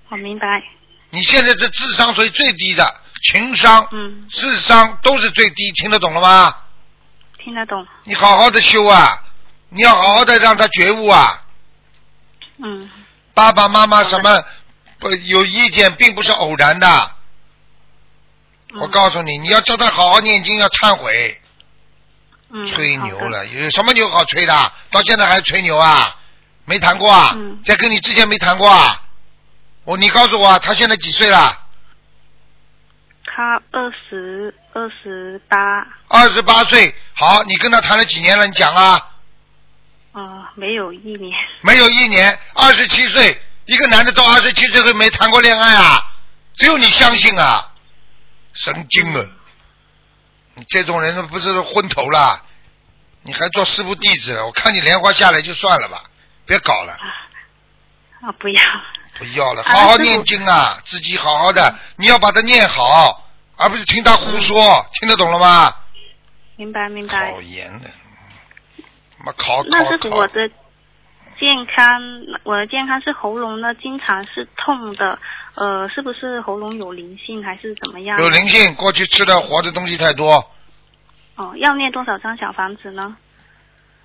我明白，
你现在这智商属于最低的，情商、
嗯，
智商都是最低，听得懂了吗？
听得懂，
你好好的修啊，你要好好的让他觉悟啊。
嗯
爸爸妈妈什么不有意见，并不是偶然的。我告诉你，你要叫他好好念经，要忏悔。
嗯，
吹牛了，有什么牛好吹的？到现在还吹牛啊？没谈过啊？在跟你之前没谈过啊？我你告诉我啊，他现在几岁了？
他二十二十八，
二十八岁。好，你跟他谈了几年了？你讲啊。
呃，没有一年，
没有一年，二十七岁，一个男的到二十七岁会没谈过恋爱啊？只有你相信啊，神经啊！你这种人不是昏头了？你还做师傅弟子了？我看你莲花下来就算了吧，别搞了，
啊，不要，
不要了，
啊
好好
师傅嗯
念经啊，自己好好的，你要把它念好，啊而不是听他胡
嗯
说，听得懂了吗？
明白明白。
好严的，妈考
那
考
是我
考，
的健康，我的健康是喉咙呢经常是痛的，呃，是不是喉咙有灵性还是怎么样？
有灵。性，过去吃的活的东西太多，
哦，要念多少张小房子呢？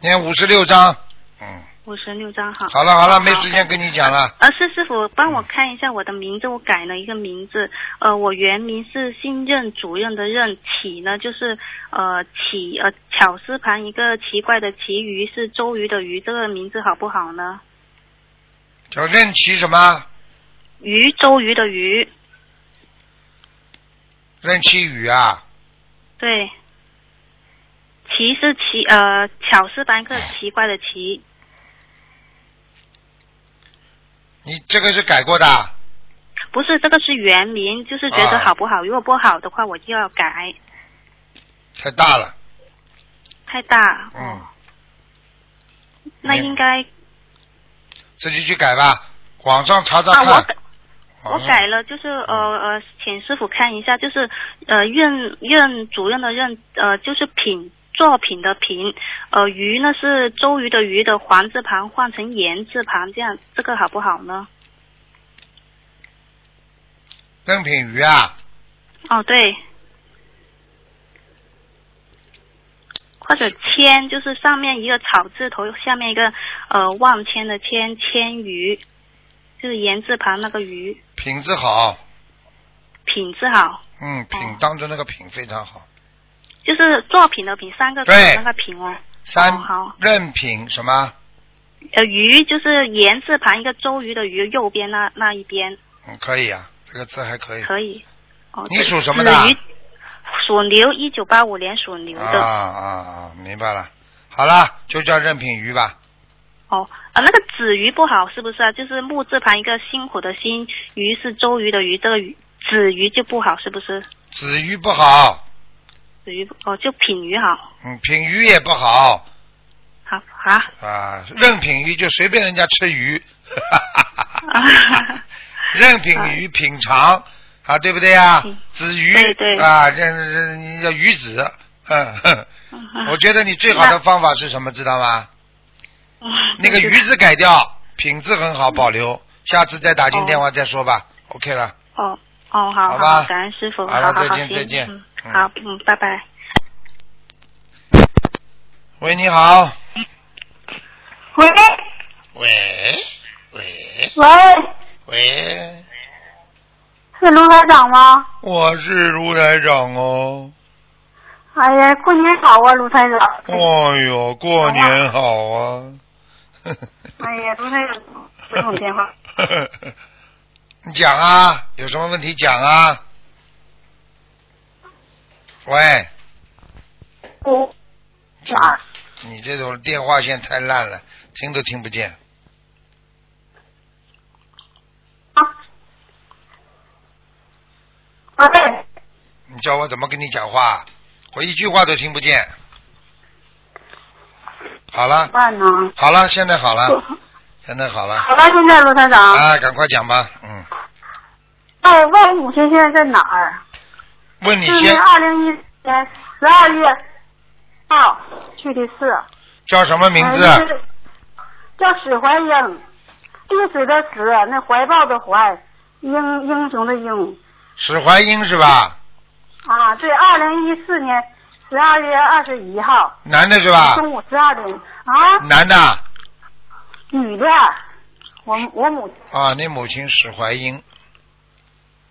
念五十六章，嗯。
五十六张哈。
好了好了，没时间跟你讲了。
呃，是师傅帮我看一下我的名字，我改了一个名字。呃，我原名是新任主任的任，启呢就是呃启呃巧思旁一个奇怪的奇鱼是周瑜的鱼，这个名字好不好呢？
叫任其什么？
鱼周瑜的鱼，
任其宇啊？
对。奇是奇呃巧思旁一个奇怪的奇，
你这个是改过的啊？
不是这个是原名，就是觉得
啊
好不好？如果不好的话，我就要改。
太大了，
太大，
嗯，
那
没有
应该
自己去改吧。网上查查
啊，
看
我。改我
网上
改了，就是呃呃，请师傅看一下，就是呃任任主任的任呃就是品作品的品，呃鱼呢是周瑜的瑜的黄字旁换成言字旁，这样这个好不好呢？
任品瑜啊，
哦对，或者千就是上面一个草字头，下面一个呃万千的千千鱼，就是言字旁那个鱼
品质好，
品字好。
嗯，
哦
品当中那个品非常好。
就是作品的品，三个口
对
那个品哦。
三
哦好，
任品什么？
呃，鱼就是言字旁一个周瑜的鱼，右边那那一边
嗯，可以啊，这个字还可以。
可以。哦，
你
这
属什么的啊
子鱼属牛，一九八五年属牛
啊
的。
啊啊！明白了，好了，就叫任品瑜吧。
哦，啊，那个子鱼不好是不是啊？就是木字旁一个辛苦的辛，鱼是周瑜的鱼，这个鱼子鱼就不好是不是？
子瑜不好，
子鱼不哦，就品鱼好。
嗯，品鱼也不好，
好啊
啊，任品鱼就随便人家吃 鱼，任品鱼品尝啊，对不对呀？子鱼
对对
啊，任任你叫鱼子，嗯， 哼
啊
我觉得你最好的方法是什么？知道吗？
哦
那
嗯
个鱼字改掉，品质很好，保留，下次再打进电话再说吧。OK 了，
哦哦，好
好吧
感恩师傅，
好
好
了
好好，
再见
行
再见
嗯
嗯
好，嗯，拜拜。
喂，你好，
喂
喂喂
喂，
喂，
是卢台长吗？
我是卢台长哦，
哎呀，过年好啊，卢台长。
哎呦，过年好啊。
哎呀，卢台长，不通电 话。
你 讲啊，有什么问题讲啊？喂，
我
啥？你这种电话线太烂了，听都听不见。
喂，
你叫我怎么跟你讲话？我一句话都听不见。好了，
办呢？
好了，现在好了，现在好了。
好了，现在罗台长，
啊，赶快讲吧，嗯。
哎，问母亲现在在哪儿？
问你
是
先
那二零一年十二月号去的是。
叫什么名字？
哎就是叫史怀英，历史的史，那怀抱的怀，英英雄的英。
史怀英是吧？
啊，对，二零一四年十二月二十一号。
男的是吧？
中午十二点啊，
男的
女的，我我母
啊，你母亲史怀英，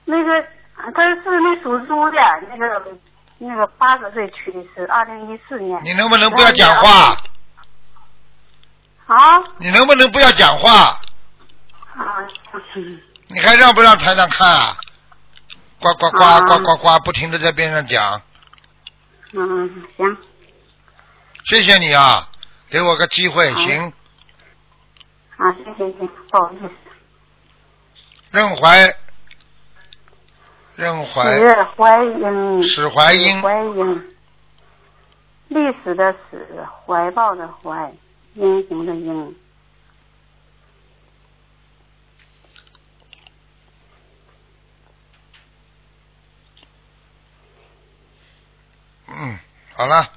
那个她是那属猪的，那个那个八十岁去的是二零一四年。
你能不能不要讲话？
啊
你能不能不要讲话？
啊，
你还让不让台长看啊？呱呱
啊
呱呱呱呱，不停的在边上讲，
嗯，行，
谢谢你啊，给我个机会，行。
啊，行行行，不好意思，
任怀，任怀，
史怀英，
史怀英
史怀英，历史的史，怀抱的怀，英雄的英。
嗯，好了，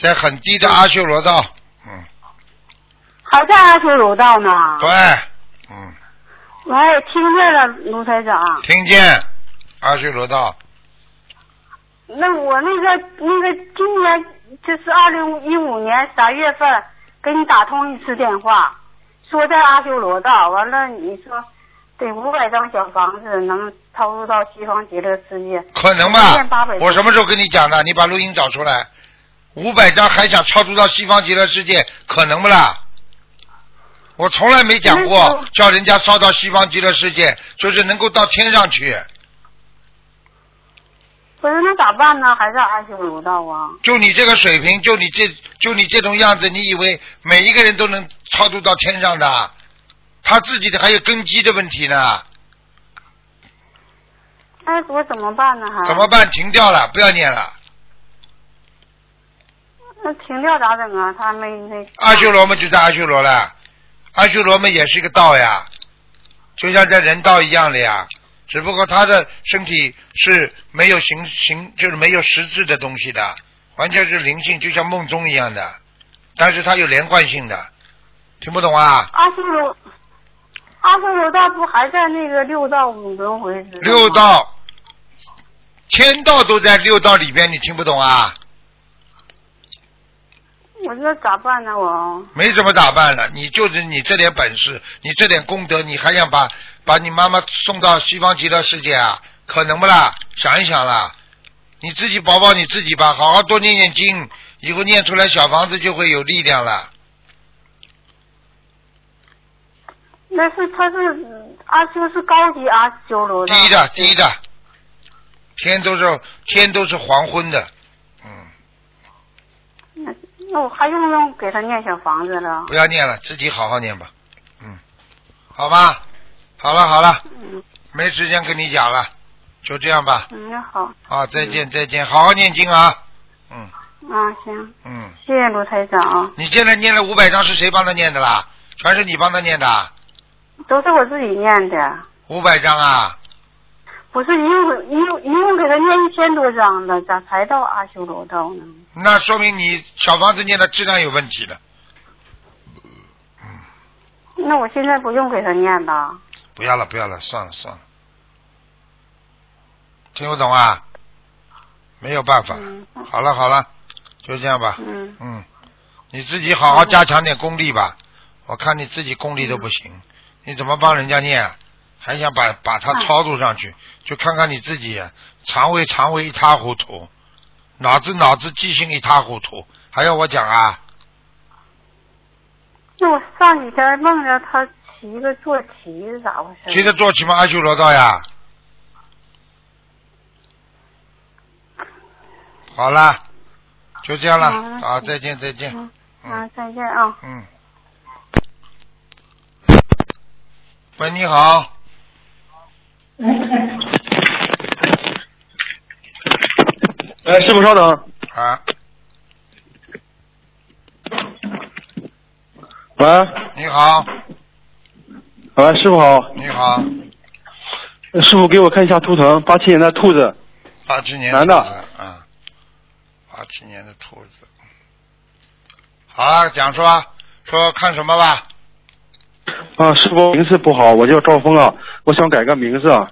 在很低的阿修罗道，
还在阿修罗道呢。
对，
喂，听见了，卢台长。
听见，阿修罗道，
那我那个那个今年就是二零一五年三月份给你打通一次电话，说在阿修罗道，完了你说得五百张小房子能超度到西方极乐世界，
可能
一
吧
千八百？
我什么时候跟你讲的？你把录音找出来，五百张还想超度到西方极乐世界，可能不啦？我从来没讲
那时
过
候
叫人家烧到西方极乐世界，就是能够到天上去。
不是那咋办呢？还在阿修罗道啊？
就你这个水平，就你这就你这种样子，你以为每一个人都能超度到天上的？他自己的还有根基的问题呢，
啊哎，我怎么办呢？还
怎么？办？停掉了，不要念了。
那停掉咋整啊？他没那
阿修罗嘛，就在阿修罗了。阿修罗嘛，也是一个道呀，就像在人道一样的呀，只不过他的身体是没有形形，就是没有实质的东西的，完全是灵性，就像梦中一样的，但是它有连贯性的，听不懂啊？
阿修罗，阿修罗道不还在那个六道五轮回之中吗
六道、天道都在六道里边，你听不懂啊？
我说咋办呢？我
没怎么打扮了，你就是你这点本事，你这点功德，你还想把把你妈妈送到西方极乐世界啊？可能不啦？想一想啦，你自己保保你自己吧，好好多念念经，以后念出来小房子就会有力量了。
那是他是嗯阿修是高级阿修罗道
低的低的，天都是天都是黄昏的，
那那我还用不用给他念小房子了？
不要念了，自己好好念吧。嗯，好吧，好了好了，没时间跟你讲了，就这样吧。
嗯，那好，
啊，再见再见，好好念经啊。
啊行，
嗯。
谢谢卢台长啊，
你现在念了五百张是谁帮他念的啦？全是你帮他念的，啊
都是我自己念的，
五百张啊！
不是一共一共一共给他念一千多张了，咋才到阿修罗道呢？
那说明你小房子念的质量有问题了，
那我现在不用给他念了，
不要了，不要了，算了算了，听不懂啊？没有办法了，
嗯
好了好了，就这样吧，
嗯
你自己好好加强点功力吧，我看你自己功力都不行，你怎么帮人家念啊？还想把把它
哎
超度上去，就看看你自己啊，肠胃肠胃一塌糊涂，脑子脑子记性一塌糊涂，还要我讲啊？
那我上几天梦着他骑一个坐骑是咋回事？
接着做起嘛阿修罗道呀。好啦，就这样了
好了
啊！再见，再见。
啊，再见啊，
嗯。喂，你好。
哎，师傅稍等。
啊，
喂，
你好，
喂，师傅好，
你好，
师傅给我看一下图腾，八七年的兔子，
八七年
男的
兔子，嗯，八七年的兔子。好了，讲说说看什么吧？
啊，师傅名字不好，我叫赵峰啊，我想改个名字啊，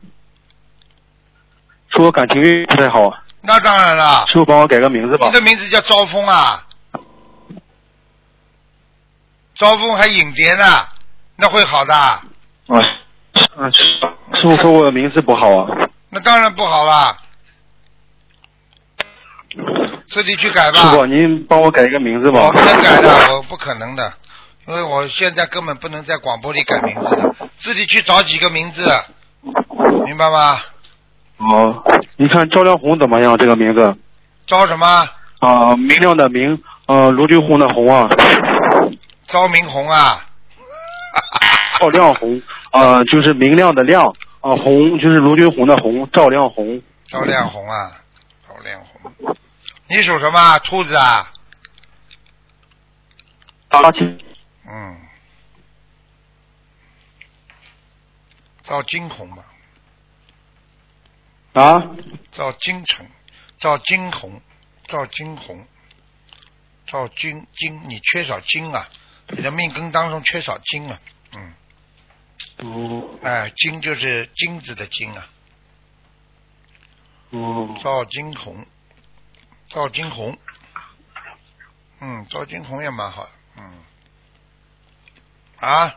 说我感情运不太好，啊
那当然了，
师傅帮我改个名字吧
你。的名字叫招风啊，招风还引蝶呢，那会好的，
啊，啊，师师傅说我的名字不好啊，
那当然不好了，自己去改吧。
师傅您帮我改一个名字吧。
我不能哦改的，我不可能的，因为我现在根本不能在广播里改名字的，自己去找几个名字，明白吗？
哦，你看赵亮红怎么样？这个名字
招什么？
啊，明亮的明，呃，卢俊红的红啊，
招明红啊？
赵亮红，啊，就是明亮的亮，啊，红就是卢俊红的红，赵亮红，
赵亮红啊？赵亮红，你属什么啊？兔子啊？
八七，
嗯，赵金红吧，
啊，
赵金城，赵金红，赵金红，赵金金，你缺少金啊，你的命根当中缺少金啊，嗯，
哦，
哎，金就是金子的金啊，
哦，
赵金红，赵金红，嗯，赵金红也蛮好的，嗯，啊，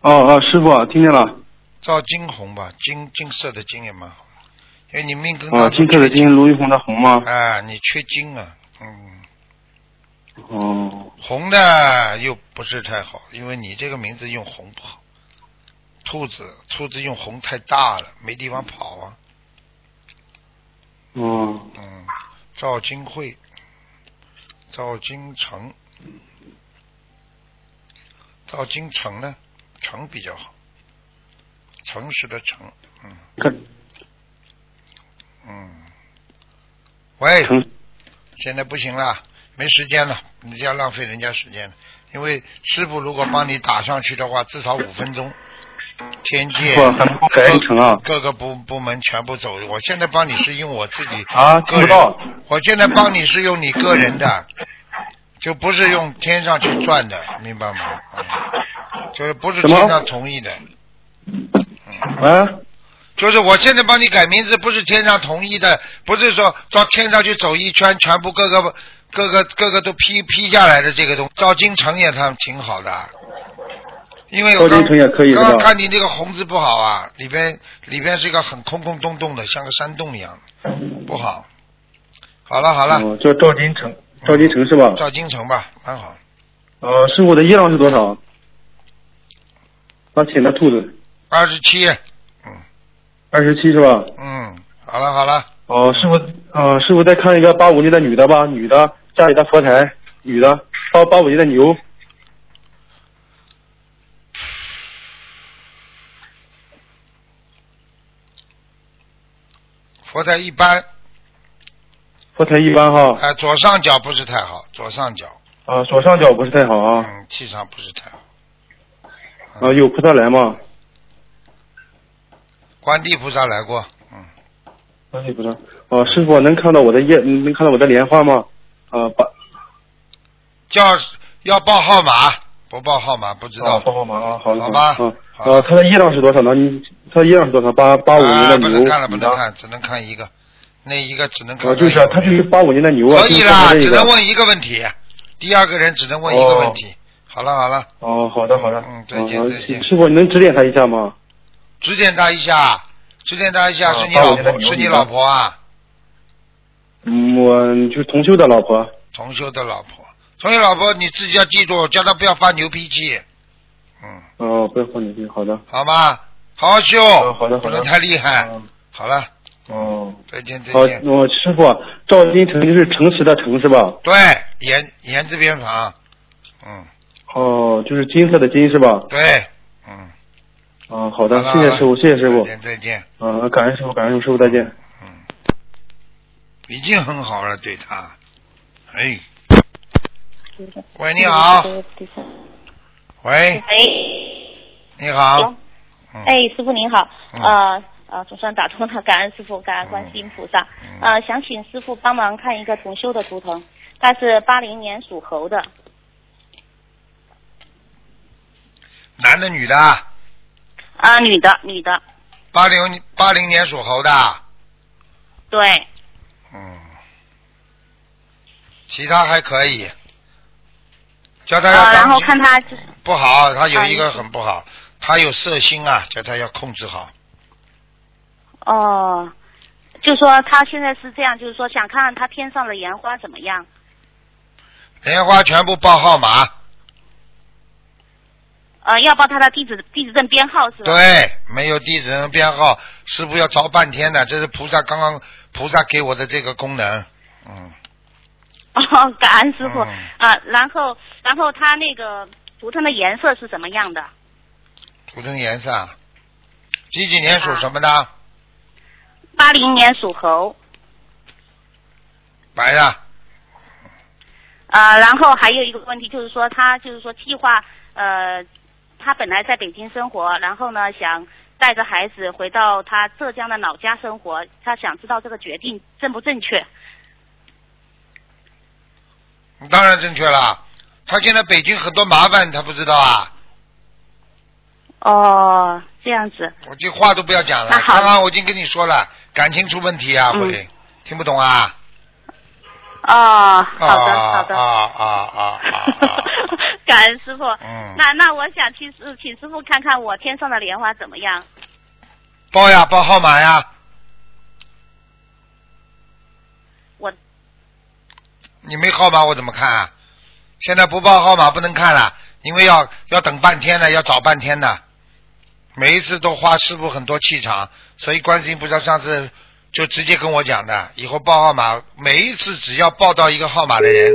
哦哦，师傅啊听见了，
赵金红吧，金金色的金也蛮好，因为你命根
啊，
当
金
中
色的金，卢俊红的红吗？
啊，你缺金啊，嗯，
哦，
红的又不是太好，因为你这个名字用红不好。兔子，兔子用红太大了，没地方跑啊。
哦，
嗯，赵金慧，赵金成，赵金成呢？成比较好，诚实的诚，嗯
看，
嗯。喂，
成
现在不行了，没时间了，你这样浪费人家时间了。因为师傅如果帮你打上去的话，至少五分钟。天界
师傅，咱们改一成啊，
各个部部门全部走。我现在帮你是用我自己
啊，听不
个人
到，
我现在帮你是用你个人 的，就不是用天上去赚的，明白吗？嗯、就是不是
什么啊
天上同意的，嗯
喂，
就是我现在帮你改名字，不是天上同意的，不是说到天上去走一圈，全部各个各个各个都批批下来的这个东西。赵金成也他们挺好的，啊因为我
赵
刚
金成也可以是
刚刚
吧？
看你那个红字不好啊，里边里边是一个很空空洞洞的，像个山洞一样，不好。好了好了，嗯
哦，叫赵金成，赵金成是吧？
赵金城吧，蛮好。
呃，师傅的业障是多少？八七年的兔子，
二十七，
二十七是吧？
嗯，好了好了，
哦、师傅，呃，师傅再看一个八五年的女的吧，女的家里的佛台，女的八八五年的牛，
佛台一般，
佛台一般哈，
哎、左上角不是太好，左上角，
啊、左上角不是太好啊，
嗯，气场不是太好。
啊、有菩萨来吗？
观地菩萨来过，嗯，
哎，菩萨，哦、师傅能看到我的业，能看到我的莲花吗？啊、八，
叫要报号码，不报号码不知道。
啊，帮帮忙啊，好的，
好吧
啊，
好
呃，他的业障是多少呢？你他的业障是多少？八八五年
啊，
的
不
牛，
能看了，不
女的
能看，只能看一个，那一个只能看
啊，
到一
就
个。
是啊他就是八五年的牛啊，
可以
就是他
啦，
这
只
个
能问一个问题，第二个人只能问一个问题。好了好了，
哦，好的好的，
嗯再见
哦
再见
师傅，你能指点他一下吗？
指点他一下，指点他一下，
啊
是你老
帮我觉得
婆，
牛
是你
逼
老婆啊，
嗯，我就是同修的老婆。
同修的老婆，同修老婆你自己要记住，叫她不要发牛脾气，嗯，
哦，不要放你心，好的。
好吗？好好修，
嗯好的
不
好的
能太厉害。
嗯
好了，
哦，
再见再
好，
见。
我师傅，啊赵金成就是诚实的诚是吧？
对，言言字边旁，嗯，
哦，就是金色的金是吧？
对，嗯，
啊，好
好
的，
了
谢谢师傅，谢谢师
再
傅。
见再见，
啊，感恩师傅，感恩师傅，再见。
嗯，已经很好了，对他。哎，喂，你好，喂，
喂，
你好
行，哎，师傅您好，
嗯
呃呃，总算打通了， 感恩师傅，感恩观世音菩萨，
嗯
呃，想请师傅帮忙看一个同修的图腾，他是八零年属猴的，
男的女的？
啊、女的，女的，
八零八零年属猴的，
对，
嗯，其他还可以，叫他要
啊
呃，然
当
后
心
看他就是
不好，他有一
啊
个
你
很不好，他有色心啊，叫他要控制好。
哦、就说他现在是这样，就是说想看看他天上的莲花怎么样，
莲花全部报号码，
呃，要报他的地址地址证编号是吧？
对，没有地址人编号，师傅要找半天的，这是菩萨刚刚菩萨给我的这个功能，嗯，
哦，感恩师傅啊、
嗯
然后然后它那个图腾的颜色是什么样的？
图腾颜色啊，几几年
啊
属什么的？
八零年属猴
白的，
啊、然后还有一个问题就是说他就是说计划呃，他本来在北京生活，然后呢想带着孩子回到他浙江的老家生活，他想知道这个决定正不正确？
当然正确了。他现在北京很多麻烦，他不知道啊。
哦，这样子
我这话都不要讲了
那，好
刚刚我已经跟你说了，感情出问题啊，
嗯
会、听不懂啊？
哦，
啊
好的好的，
啊啊啊啊！ 啊
感恩师傅。
嗯
那那我想去师请师傅看看我天上的莲花怎么样？
报呀，报号码呀。
我
你没号码我怎么看啊？现在不报号码不能看了，因为要要等半天的，要找半天的。每一次都花师傅很多气场，所以观世音菩萨上次就直接跟我讲的，以后报号码，每一次只要报到一个号码的人，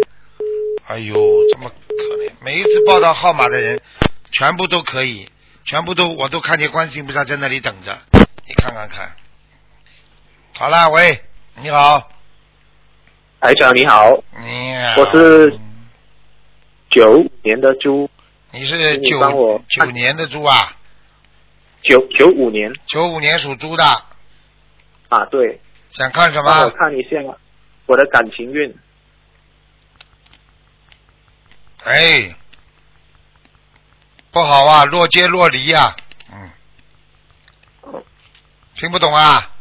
哎呦，这么可怜，每一次报到号码的人，全部都可以，全部都我都看见观世音菩萨在那里等着，你看看看。好啦，喂，你好，
台长你好，
你
我是九五年的猪，
你是
你
九
帮我
九年的猪啊？
九九五年
九五年属猪的，
啊，对，哦
想看什
帮我
么？
看一下我的感情运，
哎，不好啊，若接若离呀、嗯，听不懂啊？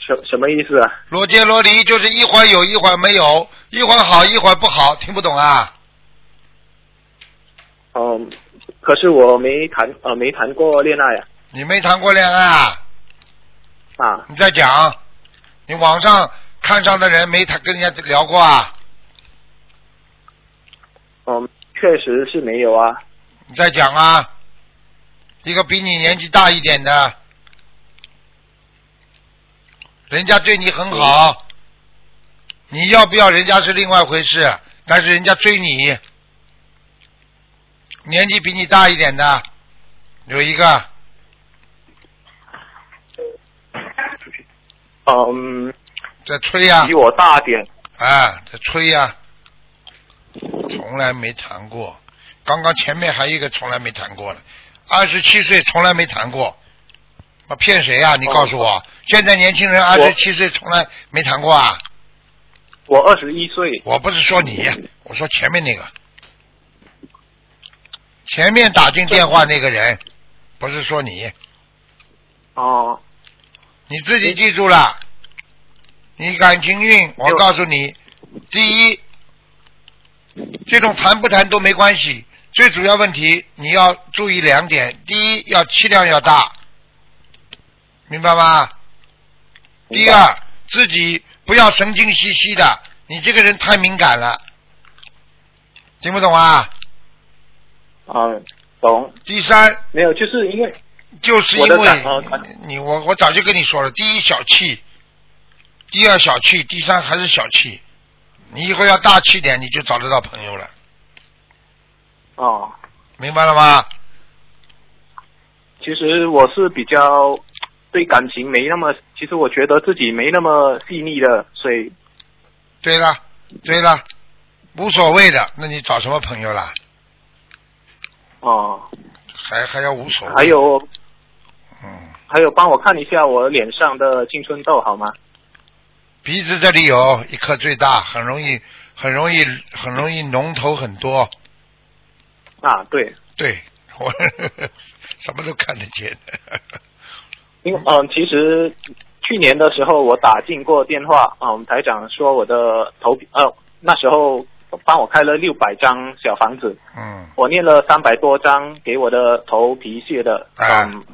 什什么意思啊？
若接若离就是一会儿有，一会儿没有，一会儿好，一会儿不好，听不懂啊？
哦、可是我没谈呃没谈过恋爱啊，
你没谈过恋爱啊？
啊，
你在讲，你网上看上的人没谈跟人家聊过啊？
嗯、确实是没有啊，
你在讲啊？一个比你年纪大一点的，人家对你很好，你要不要人家是另外回事，但是人家追你，年纪比你大一点的有一个，
嗯、
在吹呀、
比我大点，
啊，在吹呀、从来没谈过。刚刚前面还有一个从来没谈过了，二十七岁从来没谈过，我骗谁啊？你告诉我，现在年轻人二十七岁从来没谈过啊？
我二十一岁，
我不是说你，我说前面那个，前面打进电话那个人，不是说你，
哦、
你自己记住了。你感情运，我告诉你，第一，这种谈不谈都没关系，最主要问题你要注意两点：第一，要气量要大，明白吗？第二，自己不要神经兮兮的，你这个人太敏感了，听不懂啊？
啊、懂，
第三，
没有，就是因为
就是因
我的
为
感呃感
你我我早就跟你说了，第一小气，第二小气，第三还是小气。你以后要大气点，你就找得到朋友了，
哦、
明白了吗？
其实我是比较对感情没那么，其实我觉得自己没那么细腻的，所以
对了，对了，无所谓的，那你找什么朋友啦？
哦，
还还要无所谓？
还有，嗯，还有帮我看一下我脸上的青春痘好吗？
鼻子这里有一颗最大，很容易，很容易，很容易脓头很多。
啊，对，
对我 什么都看得见。
因为嗯，其实去年的时候我打进过电话，嗯，台长说我的头皮，呃，那时候帮我开了六百张小房子，
嗯，
我念了三百多张给我的头皮屑的，
啊
嗯，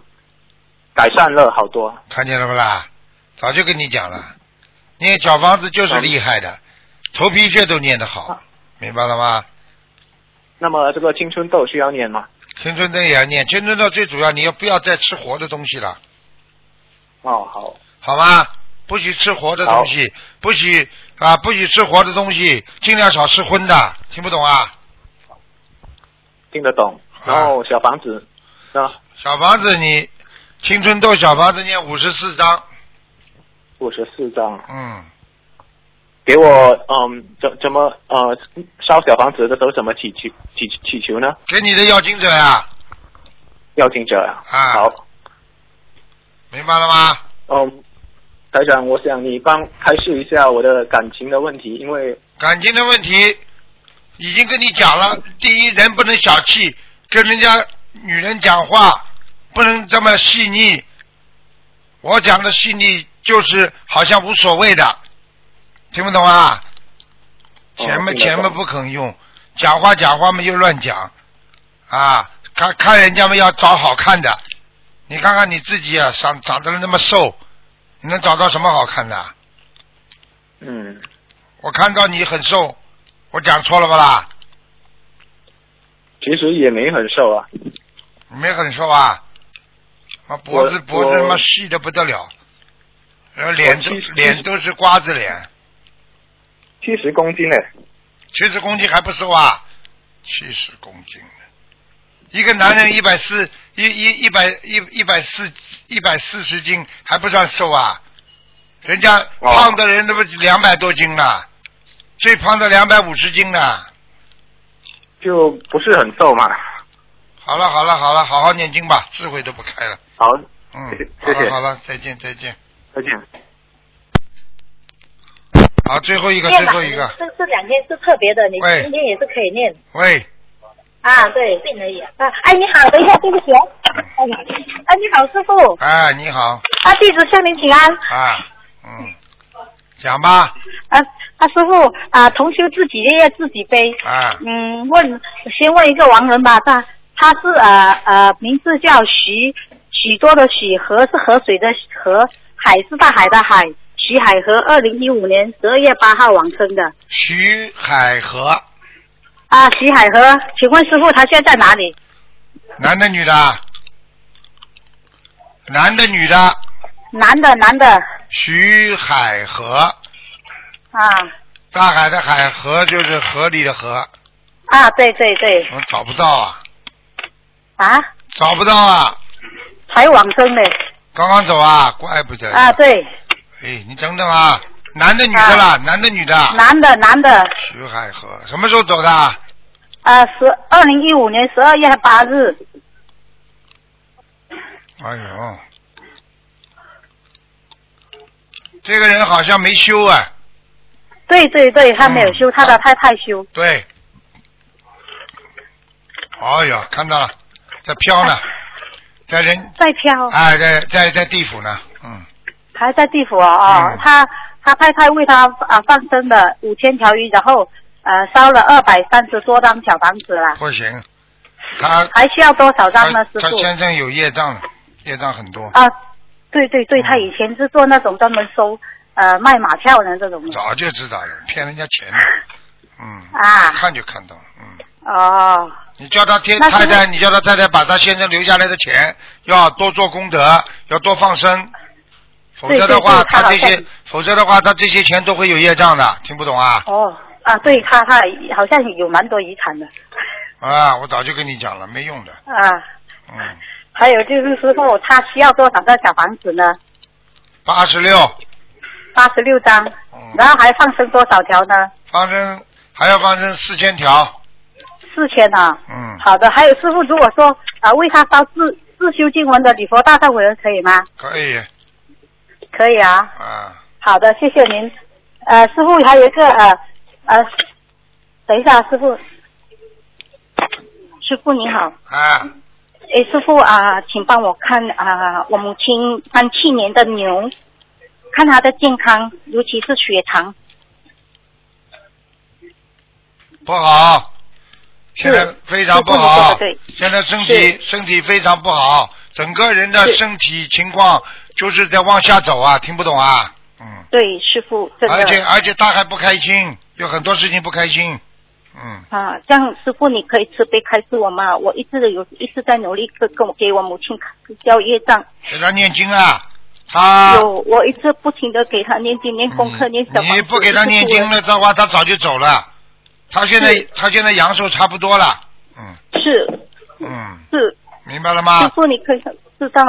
改善了好多。
看见了不啦？早就跟你讲了，念小房子就是
嗯
厉害的，头皮屑都念得好，明白了吗？
那么这个青春痘需要念吗？
青春痘也要念，青春痘最主要你要不要再吃活的东西了？
哦，好，
好吗？不许吃活的东西，不许啊，不许吃活的东西，尽量少吃荤的，听不懂啊？
听得懂。然后小房子，啊，
小房子你青春痘小房子念五十四章，
五十四张，
嗯，
给我嗯，怎怎么呃烧小房子的时候怎么祈求祈祈求呢？
给你的要经者呀、
要听者啊，
啊，
好，
明白了吗？
嗯，台长，我想你帮开示一下我的感情的问题，因为
感情的问题已经跟你讲了，第一人不能小气，跟人家女人讲话不能这么细腻。我讲的细腻就是好像无所谓的，听不懂啊？
哦
钱
听
嘛
得懂
钱嘛不肯用，讲话讲话嘛又乱讲，啊，看看人家们要找好看的，你看看你自己啊，长长得那么瘦，你能找到什么好看的啊？
嗯，
我看到你很瘦，我讲错了吧啦？
其实也没很瘦啊，
你没很瘦啊？啊，脖子
我
脖子他妈
我
细的不得了，然后脸都
我七十
脸都是瓜子脸，
七十公斤呢。
七十公斤还不瘦啊？七十公斤一个男人一百四一一一百一一百四一百四十斤还不算瘦啊？人家
哦
胖的人都不两百多斤啊，最胖的两百五十斤啊。
就不是很瘦嘛。
好了好了好了，好好念经吧，智慧都不开了。
好，
嗯，
谢
好
谢
了好了，再见再见。
再见。
好，最后一个
念
最
吧
后一个，
这这两天是特别的，你
喂
今天也是可以念
喂，
啊，对，病人也啊，哎，你好，等一下，对不起啊，哎呀，哎，你好，师傅，
哎，你好
啊，弟子向您请安，
啊，嗯，讲吧，
啊啊，师傅啊，同修自己业业自己背，
啊，
嗯，问先问一个亡人吧，他他是呃呃，名字叫徐，许多的许，河是河水的河，海是大海的海，徐海河，二零一五年十二月八号往生的
徐海河，
啊，徐海河，请问师傅他现在在哪里？
男的女的？男的女的？
男的，男的
徐海河，
啊
大海的海，河就是河里的河，
啊，对对对
我找不到啊，
啊，
找不到啊，
才往生的
刚刚走啊，怪不得。
啊，对，
哎，你等等啊，男的女的啦，男的女的。
啊
啊
男的，男的，
徐海河什么时候走的啊？
呃，十二零一五年十二月八日，
哎呦，这个人好像没修啊。
对对对，他没
嗯
有修，他的太太修，
对。哎呦，看到了，在飘
啊
呢，在人
在飘，
哎，在在在地府呢，嗯，
还在地府哦，哦
嗯
他他太太为他啊放生了五千条鱼，然后呃烧了二百三十多张小房子啦，
不行，他
还需要多少张呢，师
他
傅？
先生有业障了，业障很多，
啊，对对对，他以前是做那种专门收呃卖马票的这种的
早就知道了，骗人家钱的，嗯，
啊，
看就看到了，嗯，
哦。
你叫他天
那是不
太
是
太，你叫他太太把他先生留下来的钱要多做功德，要多放生，否则的话
对对对他
他这
好像
些，否则的话他这些钱都会有业障的，听不懂啊？
哦，啊，对他他好像有蛮多遗产的
啊，我早就跟你讲了，没用的，
啊。
嗯，
还有就是师傅，他需要多少个小房子呢？
八十六，
八十六张，
哦
然后还放生多少条呢？
放生还要放生四千条，
四千啊。
嗯，
好的，还有师傅，如果说啊、为他烧自自修经文的礼佛大忏悔文可以吗？
可以
可以啊。
啊。
好的，谢谢您。呃，师傅还有一个呃呃，等一下，师傅，师傅你好。
啊，
哎，师傅啊、请帮我看啊、我母亲三七年的牛，看她的健康，尤其是血糖。
不好，现在
是
非常不
师傅你说
好
的对，
现在身体身体非常不好，整个人的
是
身体情况就是在往下走啊，听不懂啊，
对，师傅，真的。
而且而且他还不开心，有很多事情不开心，嗯
啊，这样师傅你可以慈悲开示我吗？我一直都有一直在努力跟跟我给我母亲消业障，
给他念经啊，他
有我一直不停的给她念经、念功课、念小房子
你不给他念经了的话，他早就走了。他现在
是
他现在阳寿差不多了，
是
嗯，
是，
明白了
师
吗？
傅你可以知道，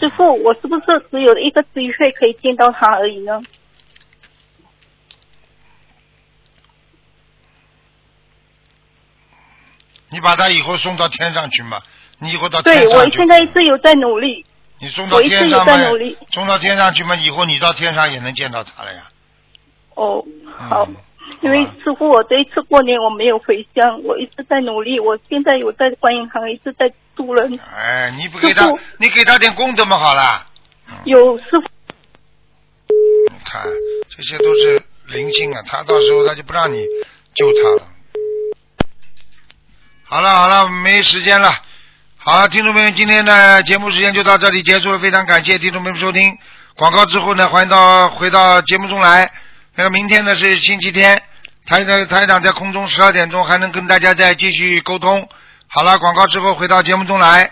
师傅我是不是只有一个机会可以见到她而已呢？
你把他以后送到天上去嘛，你以后到天
对，我
上去
现，在一直有在努力，
你送到
我一直
天上嘛
有在努力，
送到天上去嘛，以后你到天上也能见到他了呀。嗯
哦，好，因为
啊
师傅，我这一次过年我没有回乡，我一直在努力，我现在有在观音堂一直在度人，
哎，你不给他，你给他点功德嘛，好啦。
有师傅
你看，这些都是灵性啊，他到时候他就不让你救他了。好了好了，没时间了。好了，听众朋友们，今天的节目时间就到这里结束了，非常感谢听众朋友们收听。广告之后呢，欢迎到回到节目中来。那个明天呢是星期天，台长台长在空中十二点钟还能跟大家再继续沟通。好了，广告之后回到节目中来。